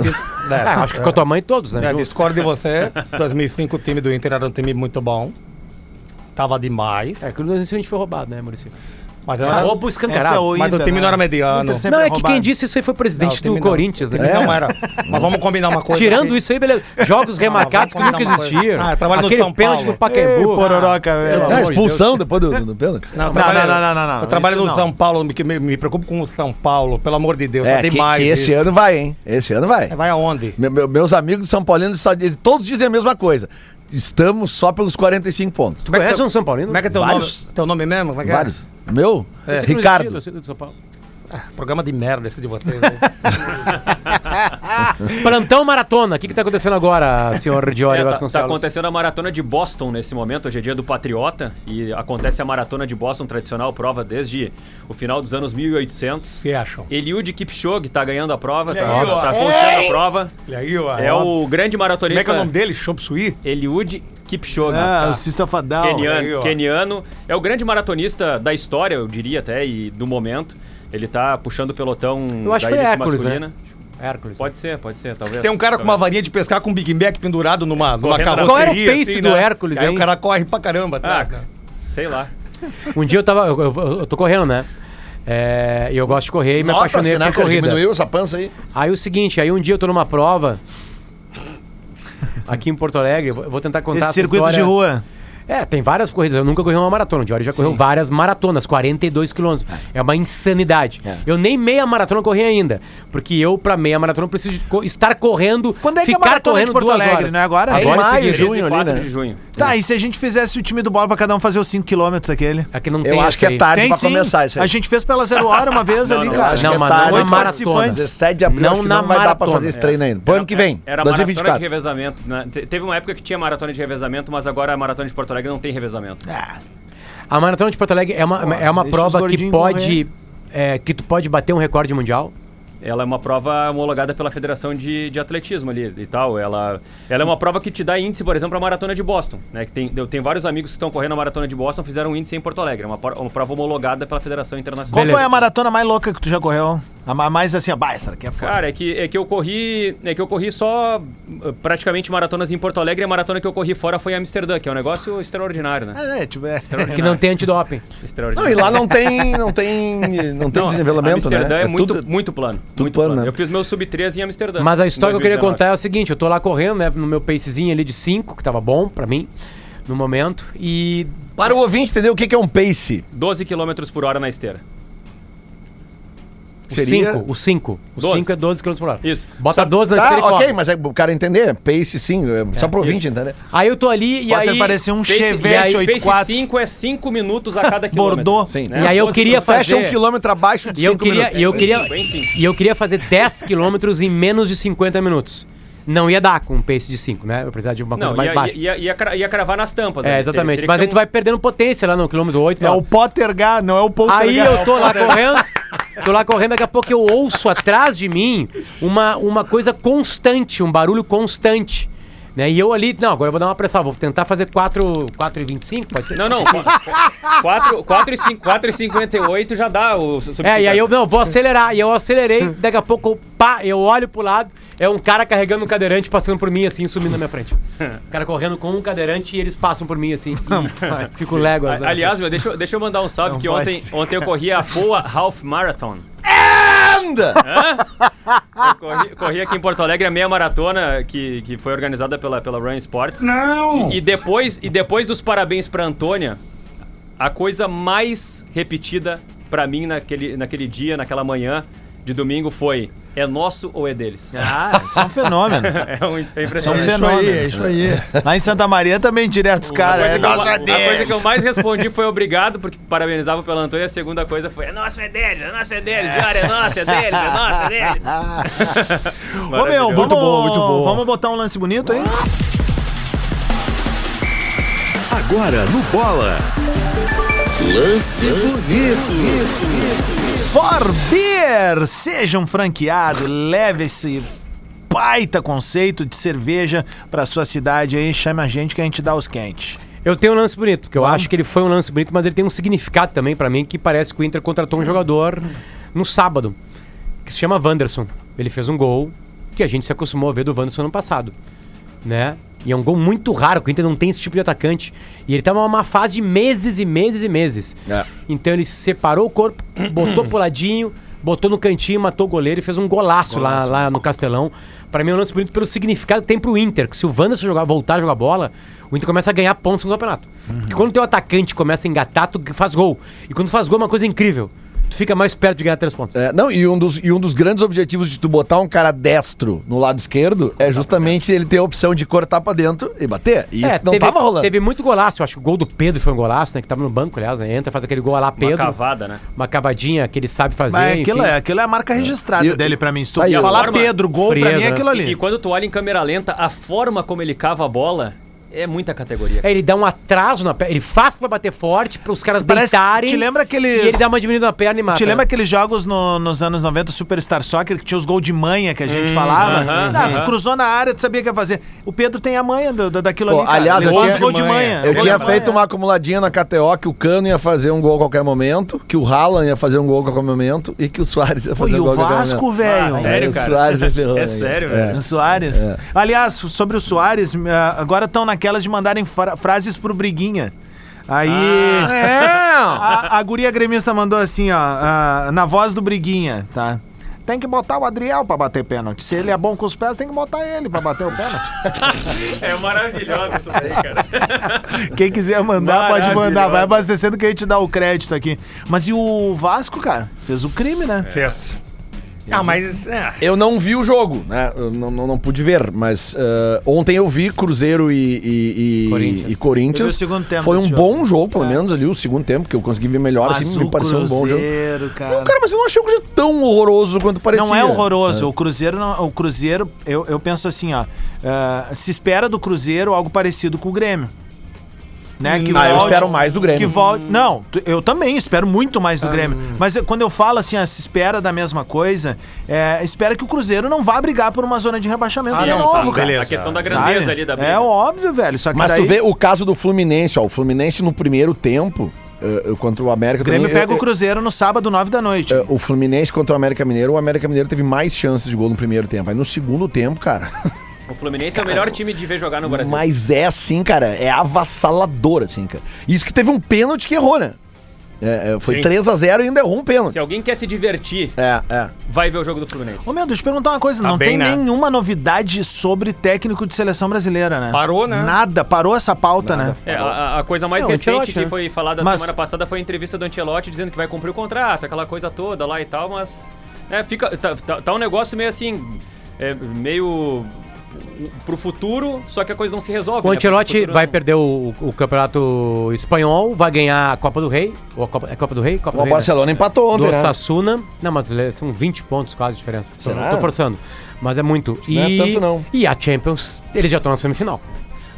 Dis- né,
Ah, acho que com a tua mãe todos, né?
É,
Ju?
discordo de você. 2005 o time do Inter era um time muito bom. Tava demais.
É, que o Brasil a gente foi roubado, né, Maurício?
Mas era
Cara, roubo Tá escancarado.
esse é
Mas o time não era mediano.
O Inter sempre
Não, é que
roubado.
quem disse isso aí foi o
Não, o
presidente
time
do
não.
Corinthians,
O
né?
time não era. Mas vamos combinar uma coisa.
Tirando
aqui.
isso aí, beleza. Jogos remarcados que
vamos
nunca
combinar uma coisa.
existiram.
Ah, eu trabalho no
Aquele
São
pênalti
Paulo.
do Pacaembu. ah.
Ei, pororoca, velho.
pelo
É,
amor de
expulsão depois do, do, do pênalti.
Não, eu
Não,
trabalho-
não, não, não, não, não.
Eu trabalho
Isso
no
não.
São Paulo, me, me, me preocupo com o São Paulo, pelo amor de Deus.
É,
tá
que,
demais
que esse
isso.
ano vai, hein? Esse ano vai.
É, Vai aonde?
Me- me- meus amigos de São Paulinos só, eles todos dizem a mesma coisa. Estamos só pelos 45 pontos.
Tu conhece um São Paulino? É,
Como é que é teu
Vários.
nome? Teu nome mesmo? Como é que é?
Vários. Meu?
Eu sei que não
Ricardo.
existia, eu sei do São Paulo.
Programa de merda esse de vocês. né?
Plantão Maratona. O que que tá acontecendo agora, senhor
É,
Diório
tá- tá,
Vasconcelos?
acontecendo a maratona de Boston nesse momento. Hoje é dia do Patriota e acontece a maratona de Boston tradicional, prova desde o final dos anos 1800.
O que é. acham?
Eliud Kipchoge tá ganhando a prova, tá,
aí, ó.
tá contando a prova.
Olha aí, ó.
É o grande
Tá Como é que é
maratonista
o nome dele? Chop Sui?
Eliud Kipchoge.
Ah, o Sista Fadal.
Keniano,
aí, ó.
Keniano. É o grande maratonista da história, eu diria até, e do momento. Ele tá puxando o pelotão
Eu acho
da
que foi
elite
Hércules,
masculina.
né? Hércules.
Pode ser, pode ser, talvez.
Tem um cara com uma
talvez.
varinha de pescar com um Big Mac pendurado numa, numa
Correndo
carroceria.
atrás.
Qual era o pace do
né?
Hércules,
Aí
hein?
o cara corre pra caramba atrás,
Ah,
né?
sei lá.
Um dia eu tava. Eu, eu- eu tô correndo, né? É, E eu gosto de correr e me apaixonei
né,
por
cara?
corrida.
Diminuiu essa pança aí?
Aí o seguinte, aí um dia eu tô numa prova. Aqui em Porto Alegre, eu vou eu vou tentar contar
Esse
essa
circuito
história.
de rua.
É, tem várias corridas. Eu nunca corri uma maratona. O Diori já correu várias maratonas, 42 quilômetros. É uma insanidade.
É.
Eu nem meia maratona corri ainda. Porque eu, pra meia maratona, preciso de co- estar correndo.
Quando é que é a
ficar
maratona de
correndo
Porto
duas
Alegre,
horas.
né? Agora?
Agora é
Em
em
maio,
seguida.
13 e
junho ali,
4
né?
de junho.
Tá, e se a gente fizesse o time do bola pra cada um fazer os 5km aquele?
Aqui não tem
Eu acho
essa
que é
aí.
tarde
Tem
pra
sim.
começar isso aí.
A gente fez pela zero hora uma vez ali,
não,
cara.
acho
Não,
que é
mas
tarde.
não na
Oito
maratona.
participantes.
17 de abril,
Não
acho que
na
não vai dar pra
maratona.
fazer esse treino ainda. Pro ano que vem,
Era maratona de
2024.
revezamento. né? Te- Teve uma época que tinha maratona de revezamento, mas agora a maratona de Porto Alegre não tem revezamento.
É.
A maratona de Porto Alegre é uma, é uma
deixa os
prova que
gordinhos
pode. é, que tu pode bater um recorde mundial.
Ela é uma prova homologada pela Federação de, de Atletismo ali e tal. Ela, ela é uma prova que te dá índice, por exemplo, a maratona de Boston. Né? Que tem, eu tenho vários amigos que estão correndo a maratona de Boston, fizeram um índice em Porto Alegre. É uma, por- uma prova homologada pela Federação Internacional.
Qual foi a maratona mais louca que tu já correu? A ma- mais assim, ó, bah, essa daqui é foda.
Cara, é que, é que eu corri. É que eu corri só uh, praticamente maratonas em Porto Alegre e a maratona que eu corri fora foi em Amsterdã, que é um negócio extraordinário, né?
Ah, é, tipo, é.
Que não tem antidoping.
Extraordinário.
Não, e lá não tem, não tem, não tem desnivelamento, né?
Amsterdã é, muito,
tudo-
muito plano. muito
plano,
plano.
né?
Eu fiz meu sub-13 em Amsterdã.
Mas a história
em
que eu queria
2019.
contar é o seguinte: eu tô lá correndo, né? No meu pacezinho ali de 5, que tava bom pra mim, no momento. E
Para o ouvinte entender o que que é um pace.
12 km por hora na esteira.
Seria-
O 5. O 5. O
Doze.
5 é 12 km por hora.
Isso.
Bota 12 na
Tá,
esteira e
ok,
corre.
mas é o cara entender, pace sim, é só pro ouvinte entender.
Aí eu tô ali e
Pode
aí...
parecer um
Pace-
Chevette
e aí, pace
84.
5 é 5 minutos a cada quilômetro.
Bordô.
Sim.
E aí eu
12
queria
né? quilômetros.
fazer-
Fecha um quilômetro abaixo de
E eu
cinco
queria,
minutos.
e eu
Bem
queria,
cinco, bem cinco.
e eu queria fazer 10 km em menos de 50 minutos. Não ia dar com um pace de 5, né? Eu precisava de uma coisa
Não,
mais
ia,
baixa.
ia, ia, cra- ia cravar nas tampas. né?
é, exatamente.
Teria- teria
Mas
que
aí
ser
tu vai perdendo potência lá no quilômetro 8.
É o Potter H, não é o Potter
Aí
H.
eu tô lá correndo, tô lá correndo, daqui a pouco eu ouço atrás de mim uma, uma coisa constante, um barulho constante. Né? E eu ali, não, agora eu vou dar uma pressão, vou tentar fazer 4, 4,25, pode ser?
um- Não, não. 4, 4, e 5, 4 e 58 já dá o su-
É, e aí eu
substituto.
não, vou acelerar, e eu acelerei, daqui a pouco, eu, pá, eu olho pro lado, é um cara carregando um cadeirante passando por mim assim, sumindo na minha frente. O cara correndo com um cadeirante e eles passam por mim assim. e Fico léguas.
A-
né?
Aliás, meu, deixa, eu- deixa eu mandar um salve,
Não
que
pode
ontem,
ser.
ontem eu corri a Boa Half Marathon. Anda! Eu corri, corri aqui em Porto Alegre a meia maratona que, que foi organizada pela, pela Run Sports. Não! E, e depois, e depois dos parabéns pra Antônia, a coisa mais repetida pra mim naquele, naquele dia, naquela manhã de domingo foi: é nosso ou é deles?
Ah, isso é um fenômeno.
É, um, é
Isso é um
impressionante.
fenômeno. isso aí, Lá em Santa Maria também, direto os
Uma
caras.
coisa
É,
que eu-
nossa,
a coisa que eu mais respondi foi obrigado, porque parabenizava pela Antônia. A segunda coisa foi: é nossa, é deles, é nossa, é deles, Jara, é nossa, é deles, é nossa, é deles.
Ô, meu,
Maravilhoso.
vamos, vamos botar um lance bonito aí?
Agora no Bola. Lance bonito.
Forbeer! Seja um franqueado, leve esse baita conceito de cerveja pra sua cidade aí. Chame a gente que a gente dá os quentes.
Eu tenho um lance bonito, que eu acho que ele foi um lance bonito, mas ele tem um significado também pra mim, que parece que o Inter contratou um jogador no sábado, que se chama Wanderson. Ele fez um gol que a gente se acostumou a ver do Wanderson ano passado, né? E é um gol muito raro, que o Inter não tem esse tipo de atacante. E ele tá numa má fase de meses e meses e meses.
É.
Então ele separou o corpo, botou pro ladinho, botou no cantinho, matou o goleiro e fez um golaço, lá, lá no Castelão. Pra mim é um lance bonito pelo significado que tem pro Inter, que se o Wanderson jogar, voltar a jogar bola, o Inter começa a ganhar pontos no campeonato. Porque quando teu atacante começa a engatar, tu faz gol. E quando tu faz gol é uma coisa incrível. Tu fica mais perto de ganhar três pontos.
É, não, e um, dos, e um dos grandes objetivos de tu botar um cara destro no lado esquerdo é justamente ele ter a opção de cortar pra dentro e bater. E
É,
isso não
É, teve,
tava rolando.
Teve muito golaço. Eu acho que o gol do Pedro foi um golaço, né? Que tava no banco, aliás, né? Entra, faz aquele gol lá,
Uma
Pedro. Uma,
cavada, né?
cavadinha que ele sabe fazer.
Mas aquilo
enfim.
é, aquilo é a marca registrada
E-
dele pra mim. Se tu
Aí,
falar
forma-
Pedro, gol pra
Frieza.
mim é aquilo ali.
E quando tu olha em câmera lenta, a forma como ele cava a bola é muita categoria.
É, ele dá um atraso na perna. Ele faz pra bater forte, para os caras
Isso parece-
deitarem.
te lembra aqueles-
E ele dá uma diminuída na perna e
Ah, tá.
mata.
Te lembra
né?
aqueles jogos no- nos anos 90, Superstar Soccer, que tinha os gols de manha que a gente falava?
Hum, aham,
Ah,
aham.
Cruzou na área, tu sabia o que ia fazer. O Pedro tem a manha do- do- daquilo
Pô,
ali. cara.
aliás,
Ele
eu
faz
tinha-
gol de manha.
Eu
Gol
tinha
de
feito
manha.
uma acumuladinha na KTO que o Cano ia fazer um gol a qualquer momento, que o Haaland ia fazer um gol a qualquer momento e que o Soares ia
Pô,
fazer
e
um
o
gol a qualquer
Vasco,
momento.
velho.
Ah, Sério,
É,
cara?
O Soares é ferrou, né?
É
É.
sério, velho?
O Soares. Aliás, sobre o Soares, ah, agora estão naquelas de mandarem fra- frases pro Briguinha. Aí.
Ah, é?
A, a guria gremista mandou assim, ó, ah, na voz do Briguinha, tá? Tem que botar o Adriel pra bater pênalti. Se ele é bom com os pés, tem que botar ele pra bater o pênalti.
É maravilhoso isso daí, cara.
Quem quiser mandar, pode mandar.
Maravilhosa.
Vai abastecendo que a gente dá o crédito aqui. Mas e o Vasco, cara? Fez o crime, né?
Fez. Ah, mas. É.
Tá
Eu não vi o jogo, né? Eu não, não, não pude ver, mas eh, ontem eu vi Cruzeiro e, e- e-
Corinthians.
e Corinthians.
Eu vi o segundo tempo
Foi um
desse
bom
jogo.
jogo, pelo
É.
menos ali, o segundo tempo, que eu consegui ver melhor, assim, me pareceu um bom jogo.
cara.
Não, cara, mas eu não achei o Cruzeiro tão horroroso quanto parecia.
Não é horroroso. O Cruzeiro, não- o Cruzeiro, eu, eu penso assim, ó. ah, se espera do Cruzeiro algo parecido com o Grêmio. Né? Que
Ah, eu espero mais do Grêmio.
Que
Ah.
volte. Não, tu- eu também espero muito mais do Grêmio. Mas eu- quando eu falo assim, ó, se espera da mesma coisa, é, espera que o Cruzeiro não vá brigar por uma zona de rebaixamento
Ah,
Sim,
de
é,
novo,
tá,
cara.
A questão da
Sabe?
grandeza ali da briga.
É óbvio, velho. Só que
Mas
daí
tu vê o caso do Fluminense, ó. O Fluminense no primeiro tempo, eh, contra o América
o Grêmio
também, eu-
pega o
eu-
Cruzeiro no sábado, nove da noite.
Eh, o Fluminense contra o América Mineiro, o América Mineiro teve mais chances de gol no primeiro tempo. Aí no segundo tempo, cara.
O Fluminense é o melhor time de ver jogar no Brasil.
Mas é assim, cara. É avassalador, assim, cara. Isso que teve um pênalti que errou, né? É, é, foi 3x0 e ainda errou um pênalti.
Se alguém quer se divertir,
É, é.
vai ver o jogo do Fluminense.
Ô, meu, deixa eu te perguntar uma
Tá
coisa. não
bem,
tem
né?
nenhuma novidade sobre técnico de seleção brasileira, né?
Parou, né?
Nada, parou essa pauta, né?
É, a- a, a coisa mais
Tá Não,
recente
Ancelotti,
que
né?
foi falada
Mas-
semana passada foi a entrevista do Ancelotti dizendo que vai cumprir o contrato, aquela coisa toda lá e tal, mas. né, fica, tá, tá- tá um negócio é, meio assim. é, meio pro futuro, só que a coisa não se resolve. né?
O
Pro
Ancelotti
futuro
vai
não.
perder o, o campeonato espanhol, vai ganhar a Copa do Rei. Ou a Copa, é Copa do Rei? Copa
O
do Rei, né?
Barcelona empatou
do
ontem, né?
Osasuna. Não, mas ele- são 20 pontos quase a diferença. Tô-
Será?
Tô, forçando. Mas é muito. E,
não é tanto, não.
E a Champions, eles já estão na semifinal.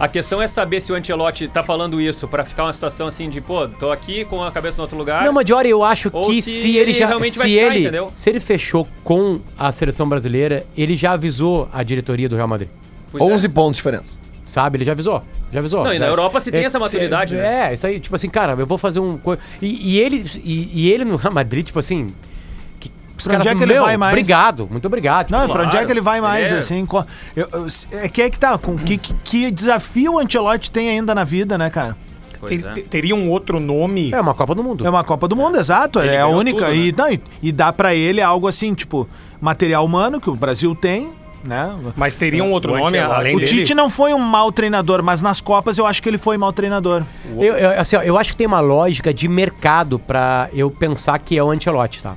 A questão é saber se o Ancelotti tá falando isso pra ficar uma situação assim de, pô, tô aqui com a cabeça no outro lugar.
Não, Maggiore, eu acho
Ah, Ou
que
se
se, ele,
ele
já.
realmente
se,
vai ficar,
ele,
entendeu?
se ele fechou com a seleção brasileira, ele já avisou a diretoria do Real Madrid.
Pois é.
11 pontos de diferença.
Sabe? Ele já avisou. Já avisou.
Não, e na
Já-
Europa se tem essa maturidade,
é,
né?
É, isso aí, tipo assim, cara, eu vou fazer um. co- E, e ele, e, e ele no Real Madrid, tipo assim. que- os
Pra onde
caras
é que
falam,
ele
"Meu,
vai mais?"
Obrigado, muito obrigado. Tipo,
Não,
assim,
pra onde é que ele vai mais,
É.
assim? co- eu- eu- é que é que tá, com que, que- que desafio o Ancelotti tem ainda na vida, né, cara?
Pois é.
Te- te- Teria um outro nome.
é uma Copa do Mundo.
É uma Copa do Mundo, exato, é a
ganhou
única.
tudo, né?
e, não, e, e dá pra ele algo assim, tipo, material humano que o Brasil tem, né?
Mas teria um outro
É, O
nome
Ancelotti.
além
O
dele?
Tite não foi um mau treinador, mas nas Copas eu acho que ele foi mau treinador.
Eu, eu- assim, ó, eu acho que tem uma lógica de mercado pra eu pensar que é o Ancelotti, tá?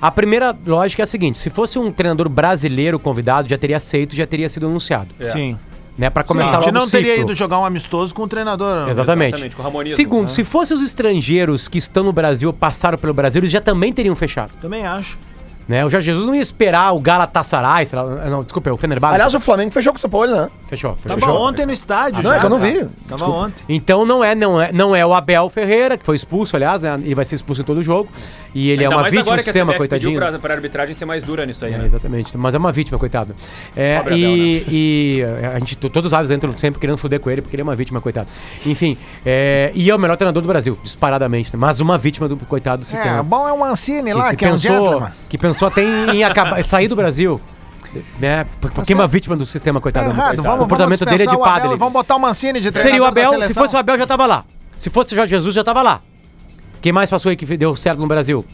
A primeira lógica é a seguinte: se fosse um treinador brasileiro convidado, já teria aceito, já teria sido anunciado,
Sim.
né? Para
Sim,
começar
a
logo
gente
o
não
ciclo.
teria ido jogar um amistoso com o treinador.
Exatamente.
Exatamente, com o ramonismo,
Segundo,
né?
se fossem os estrangeiros que estão no Brasil, passaram pelo Brasil, eles já também teriam fechado,
Também acho.
né? O Jorge Jesus não ia esperar o Galatasaray, sei lá, não, desculpa, é o Fenerbahçe.
Aliás, o Flamengo fechou com o São Paulo, né?
fechou, fechou.
Tava tá ontem no estádio.
não, é que eu não vi.
cara. Tava
Desculpa.
ontem.
Então não é, não é, não é o Abel Ferreira, que foi expulso, aliás, né? ele vai ser expulso em todo jogo. E ele
Ainda
é uma
mais
vítima do
agora que a
sistema,
CBF pediu
coitadinho. né?
Pra, pra arbitragem ser mais dura nisso aí,
É,
né?
exatamente, mas é uma vítima, coitado. É,
Pobre Abel, né?
e, e a gente, to- todos os árbitros entram sempre querendo foder com ele, porque ele é uma vítima, coitado. Enfim, é, e é o melhor treinador do Brasil, disparadamente, né? mas uma vítima do coitado do sistema.
bom é o Mancini
que, que pensou, que pensou até em, em acabar, sair do Brasil. Né? Por- Porque é uma
certo.
vítima do sistema,
Tá
coitado.
errado,
coitado.
vamos,
o comportamento
vamos
dele é de
dispensar o Abel
padre.
e Vamos botar o Mancini de
Seria o
treinador da
Abel, se
seleção.
fosse o Abel já tava lá. Se fosse o Jorge Jesus já tava lá. Quem mais passou aí que deu certo no Brasil?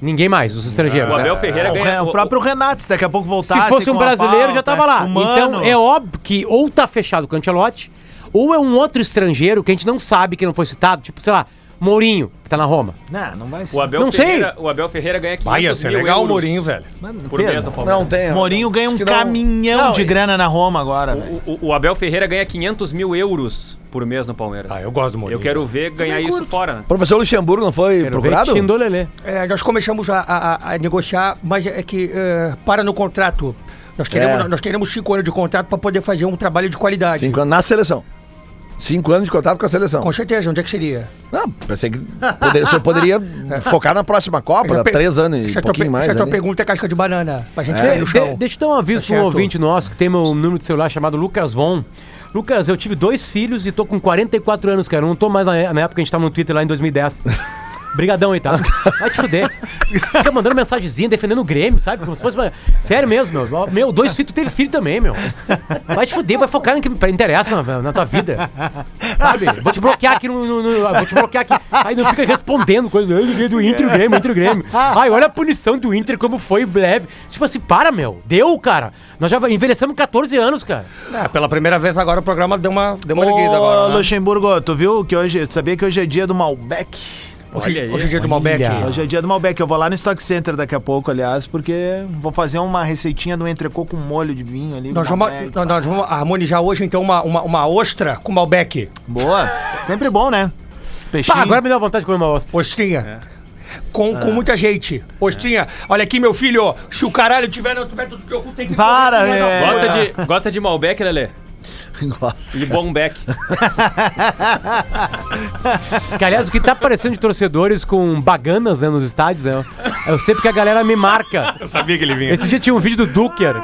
Ninguém mais, os estrangeiros.
É, O
né?
Abel Ferreira
Ah, o, Re-
ganha.
o próprio Renato, se daqui a pouco voltasse.
Se fosse um
com a
brasileiro,
pauta,
já tava lá.
humano.
Então, é óbvio que ou tá fechado com o Ancelotti, ou é um outro estrangeiro que a gente não sabe, que não foi citado, tipo, sei lá, Mourinho, que tá na Roma.
Não, não vai ser.
O Abel,
Não sei. é
Ferreira, o Abel Ferreira ganha 500
Vai, ia ser
mil
legal o
euros
Mourinho, velho.
Mano,
Por
Pedro,
mês no Palmeiras.
Não, tem.
Mourinho ganha um
Acho que não-
caminhão
Não,
de
e-
grana na Roma agora. velho.
O- O, o Abel Ferreira ganha 500 mil euros por mês no Palmeiras.
Ah, eu gosto do Mourinho.
Eu quero ver ganhar isso fora. né?
O professor Luxemburgo não foi
Quero ver
procurado?
Tindolelê.
É, nós começamos a, a- a negociar, mas é que é, para no contrato. Nós queremos,
É.
nós queremos cinco anos de contrato para poder fazer um trabalho de qualidade.
Cinco anos na seleção. Cinco anos de contato com a seleção.
Com certeza, onde é que seria?
Não, pensei que poderia, o senhor poderia focar na próxima Copa, dá
pe-
três anos e
Essa
um
tua,
pouquinho
pe-
mais.
essa tua
ali.
pergunta é casca de banana, pra gente
É.
cair no
De-
chão.
deixa eu dar um aviso
Tá
pra um
certo.
ouvinte nosso que tem meu número de celular chamado Lucas Von. Lucas, eu tive dois filhos e tô com 44 anos, cara. Eu não tô mais na, na época que a gente tava no Twitter lá em 2010. Brigadão aí, tá? Vai te fuder. Fica mandando mensagenzinha defendendo o Grêmio, sabe? Como se fosse uma... Sério mesmo, meu. Ó, Meu, dois filhos, tu teve filho também, meu. Vai te fuder, vai focar no que me interessa na, na tua vida. Sabe? Vou te bloquear aqui no. no- no- vou te bloquear aqui. Aí não fica respondendo coisa. "Eu liguei do Inter e o Grêmio, Inter e o Grêmio. Ai, olha a punição do Inter, como foi breve. Tipo assim, para, meu. Deu, cara. Nós já envelhecemos 14 anos, cara.
É, pela primeira vez agora o programa deu uma, deu uma erguida
Ô,
agora. né?
Luxemburgo, tu viu que hoje. Tu sabia que hoje é dia do Malbec?
Olha aí.
Hoje é dia do Malbec.
Olha.
Hoje é dia do Malbec. Eu vou lá no Stock Center daqui a pouco, aliás, porque vou fazer uma receitinha do entrecô com molho de vinho ali.
Nós
com
vamos,
Malbec.
nós- nós vamos harmonizar hoje, então, uma, uma, uma ostra com Malbec.
Boa. Sempre bom, né? Peixinho.
Pá, agora me deu vontade de comer uma ostra.
Ostrinha. Com, com muita gente. Ostrinha, olha aqui, meu filho. Se o caralho tiver no tiver tudo que eu tem que
Para,
correr, não, não.
velho.
Gosta, de, gosta de Malbec, Lelê?
Nossa.
E Bombec.
Que, aliás, o que tá aparecendo de torcedores com baganas né, nos estádios, né? Eu sei porque a galera me marca.
Eu sabia que ele vinha.
Esse dia tinha um vídeo do Duker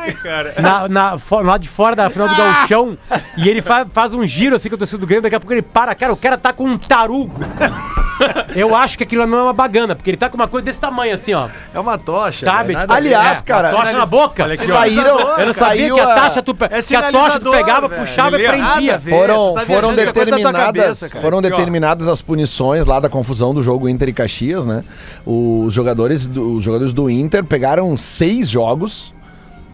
na, na, fo- lá de fora da
Ah!
final do Galchão e ele fa- faz um giro assim que eu torcida do Grêmio, daqui a pouco ele para, cara, o cara tá com um tarugo. Eu acho que aquilo não é uma bagana, porque ele tá com uma coisa desse tamanho assim, ó.
É uma tocha.
Sabe? É,
velho, nada a ver.
Aliás,
uma
cara,
tocha na
sinaliza-
boca.
Olha aqui, ó.
Saíram,
Sinalizador,
Eu não sabia
saiu
que
a-
a taxa tu, pe-
É
que a tocha tu
sinalizador,
pegava,
velho.
puxava e
Ele é
Nada a
prendia.
ver,
Foram,
tu tá
foram
viajando, isso é coisa da tua
determinadas,
cabeça, cara.
foram determinadas as punições lá da confusão do jogo Inter e Caxias, né? Os jogadores do, os jogadores do Inter pegaram seis jogos,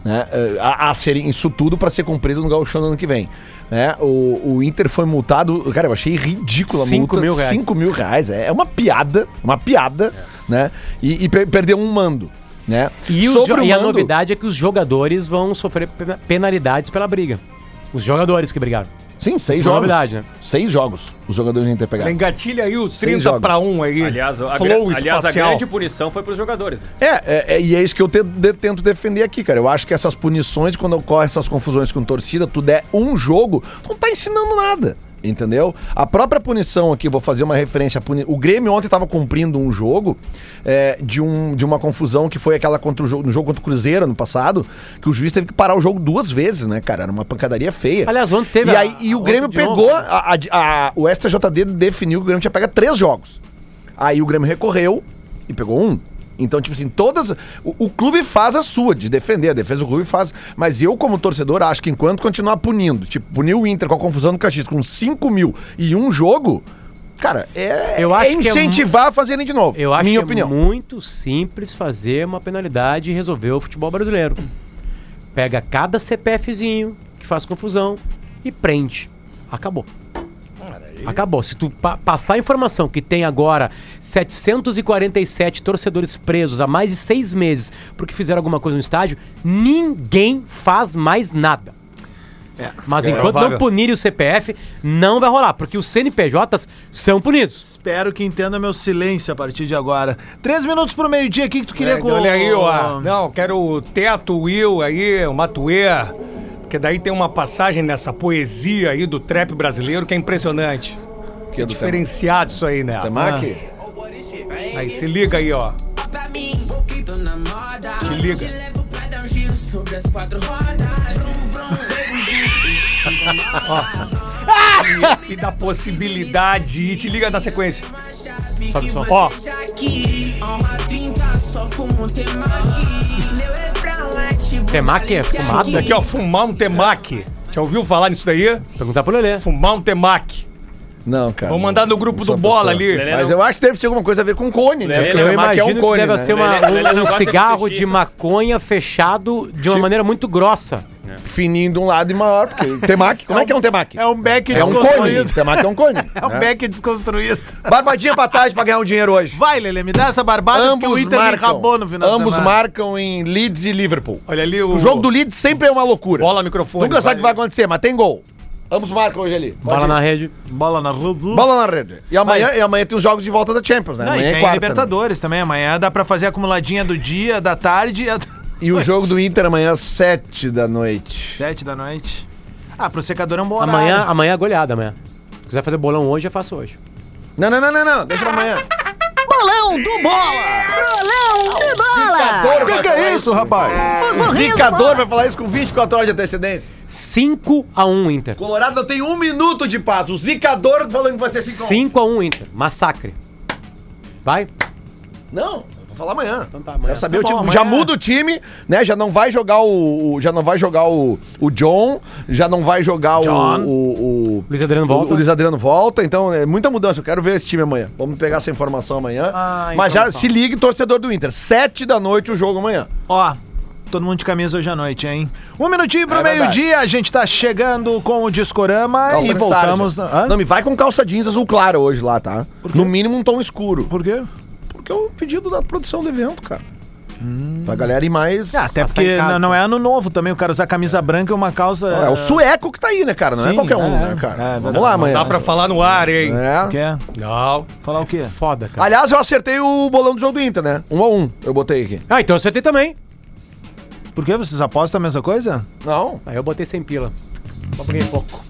né? eh, A, a serem isso tudo para ser cumprido no Gauchão no ano que vem. Né? O, o Inter foi multado, cara, eu achei ridícula a
Cinco
multa.
mil reais. É.
5 mil reais. É, é uma piada, uma piada, né? E, e per- perdeu um mando. Né?
E, os
Sobre
jo-
o
e a
mando-
novidade é que os jogadores vão sofrer pena- penalidades pela briga. Os jogadores que brigaram.
Sim, seis
Isso é uma
jogos.
novidade, né?
Seis jogos. Os jogadores vão ter pegado.
Engatilha aí os
Seis
30
jogos.
pra 1 aí.
Aliás, a,
Flow
gra- aliás, a
espacial.
grande punição foi pros jogadores. né?
É, é, é, e é isso que eu te- de- tento defender aqui, cara. Eu acho que essas punições, quando ocorrem essas confusões com torcida, tu der um jogo, tu não tá ensinando nada. Entendeu? A própria punição aqui, vou fazer uma referência. à puni- O Grêmio ontem estava cumprindo um jogo é, de, um, de uma confusão que foi aquela contra o jogo, no jogo contra o Cruzeiro ano passado, que o juiz teve que parar o jogo duas vezes, né, cara? Era uma pancadaria feia.
Aliás, ontem teve
E,
a-
aí, e o
ontem
Grêmio
de novo,
pegou.
né?
a- a- a- o STJD definiu que o Grêmio tinha pegado três jogos. Aí o Grêmio recorreu e pegou um. Então, tipo assim, todas. O, o clube faz a sua, de defender, a defesa do clube faz. Mas eu, como torcedor, acho que enquanto continuar punindo, tipo, punir o Inter com a confusão do Caxias com 5 mil e um jogo, cara, é,
Eu
é
acho que é
incentivar a fazerem de novo.
Eu acho
minha
que
opinião.
é muito simples fazer uma penalidade e resolver o futebol brasileiro. Pega cada CPFzinho que faz confusão e prende. Acabou. Acabou. Se tu pa- passar a informação que tem agora 747 torcedores presos há mais de seis meses porque fizeram alguma coisa no estádio, ninguém faz mais nada. Mas
é
enquanto
provável.
não punirem o CPF, não vai rolar, porque os CNPJs são punidos.
Espero que entenda meu silêncio a partir de agora. Três minutos pro meio-dia, o que, que tu queria
É,
com
Olha aí, ó. Não, quero o Teto Will aí, o Matuê. Porque daí tem uma passagem nessa poesia aí do trap brasileiro que é impressionante.
Que é do
Diferenciado isso aí, né?
Temaki?
Aí se liga aí, ó. Se liga. Ó. E da possibilidade. E te liga na sequência.
Sobe o som.
Ó.
Temaki é fumado?
Daqui, ó, fumar um temaki. Já ouviu falar nisso daí?
Perguntar pro Lelê.
Fumar um temaki.
Não, cara.
Vou
não.
mandar no grupo
Não
do
sou a
Bola
pessoa.
ali.
Mas eu acho que deve ter alguma coisa a ver com cone, né?
Lelê,
Porque o
Eu
Temaki é um
imagino que
cone,
deve
né?
ser uma-
Lelê- Lelê
um,
não
um
gosta de
cigarro
sushi.
de maconha fechado de uma maneira muito grossa.
fininho de um lado e maior, porque Temac, como é, que é um Temac?
É um beck
É um cone.
desconstruído.
Temac é um cone.
É um
né?
beck desconstruído.
Barbadinha pra tarde pra ganhar um dinheiro hoje.
Vai, Lelê, me dá essa barbada porque o
Ambos
Inter
marcam.
acabou no final
ambos
de semana.
marcam em Leeds e Liverpool.
Olha ali o.
O jogo do Leeds sempre é uma loucura.
Bola, microfone.
Nunca sabe o que vai acontecer, mas tem gol. Ambos marcam hoje ali. Pode
Bola
ir.
na rede.
Bola na rua do...
Bola na rede. E amanhã,
Vai.
e amanhã tem os jogos de volta da Champions, né?
Não, e
amanhã
tem
é quarta. né?
Libertadores também. Amanhã dá pra fazer a acumuladinha do dia, da tarde e a...
E o jogo do Inter amanhã às 7 da noite.
sete da noite. Ah, pro secador é um bom horário.
Amanhã, amanhã é goleada, amanhã. Se quiser fazer bolão hoje, eu faço hoje.
Não, não, não, não, não. Deixa pra amanhã.
Bolão do Bola! Bolão do Bola!
O que, que é isso, rapaz?
Ah. Os
O
morrinhos do
zicador
Bola!
vai falar isso com 24 horas de antecedência.
5x1 Inter.
Colorado não tem um minuto de paz. O zicador falando que vai ser assim 5
5x1 Inter. Massacre. Vai?
Não, eu vou falar amanhã. Então
tá, amanhã.
Quero saber
Tá
o
bom,
time.
amanhã.
Já muda o time, né? Já não vai jogar o. o- Já não vai jogar o, o John, já não vai jogar
John.
o. O, o
Luiz Adriano
o-
volta.
O Luiz Adriano volta, então é muita mudança. Eu quero ver esse time amanhã. Vamos pegar essa informação amanhã.
Ah,
Mas já
informação.
se ligue, torcedor do Inter. Sete da noite o jogo amanhã.
Ó, todo mundo de camisa hoje à noite, hein? Um minutinho pro
É verdade.
meio-dia, a gente tá chegando com o Discorama e
Calça
É voltamos...
sarja.
Hã?
Não, me vai com calça jeans azul claro hoje lá, tá? No mínimo um tom escuro.
Por quê?
Porque é o pedido da produção do evento, cara. Pra galera ir mais.
Hum. Ah, até
Passar
porque
em casa,
n- não é ano novo também, o cara usar camisa branca e uma calça...
É o sueco que tá aí, né, cara? Não é
Sim,
qualquer um,
é.
né, cara?
É,
Vamos lá amanhã.
Dá pra falar no ar, hein?
É.
Quer?
Não.
Falar o quê?
Foda, cara.
Aliás, eu acertei o bolão do jogo do Inter, né? Um a um, eu botei aqui.
Ah, então eu acertei também.
Por quê? Vocês apostam a mesma coisa?
Não.
Aí eu botei sem pila. Só peguei pouco.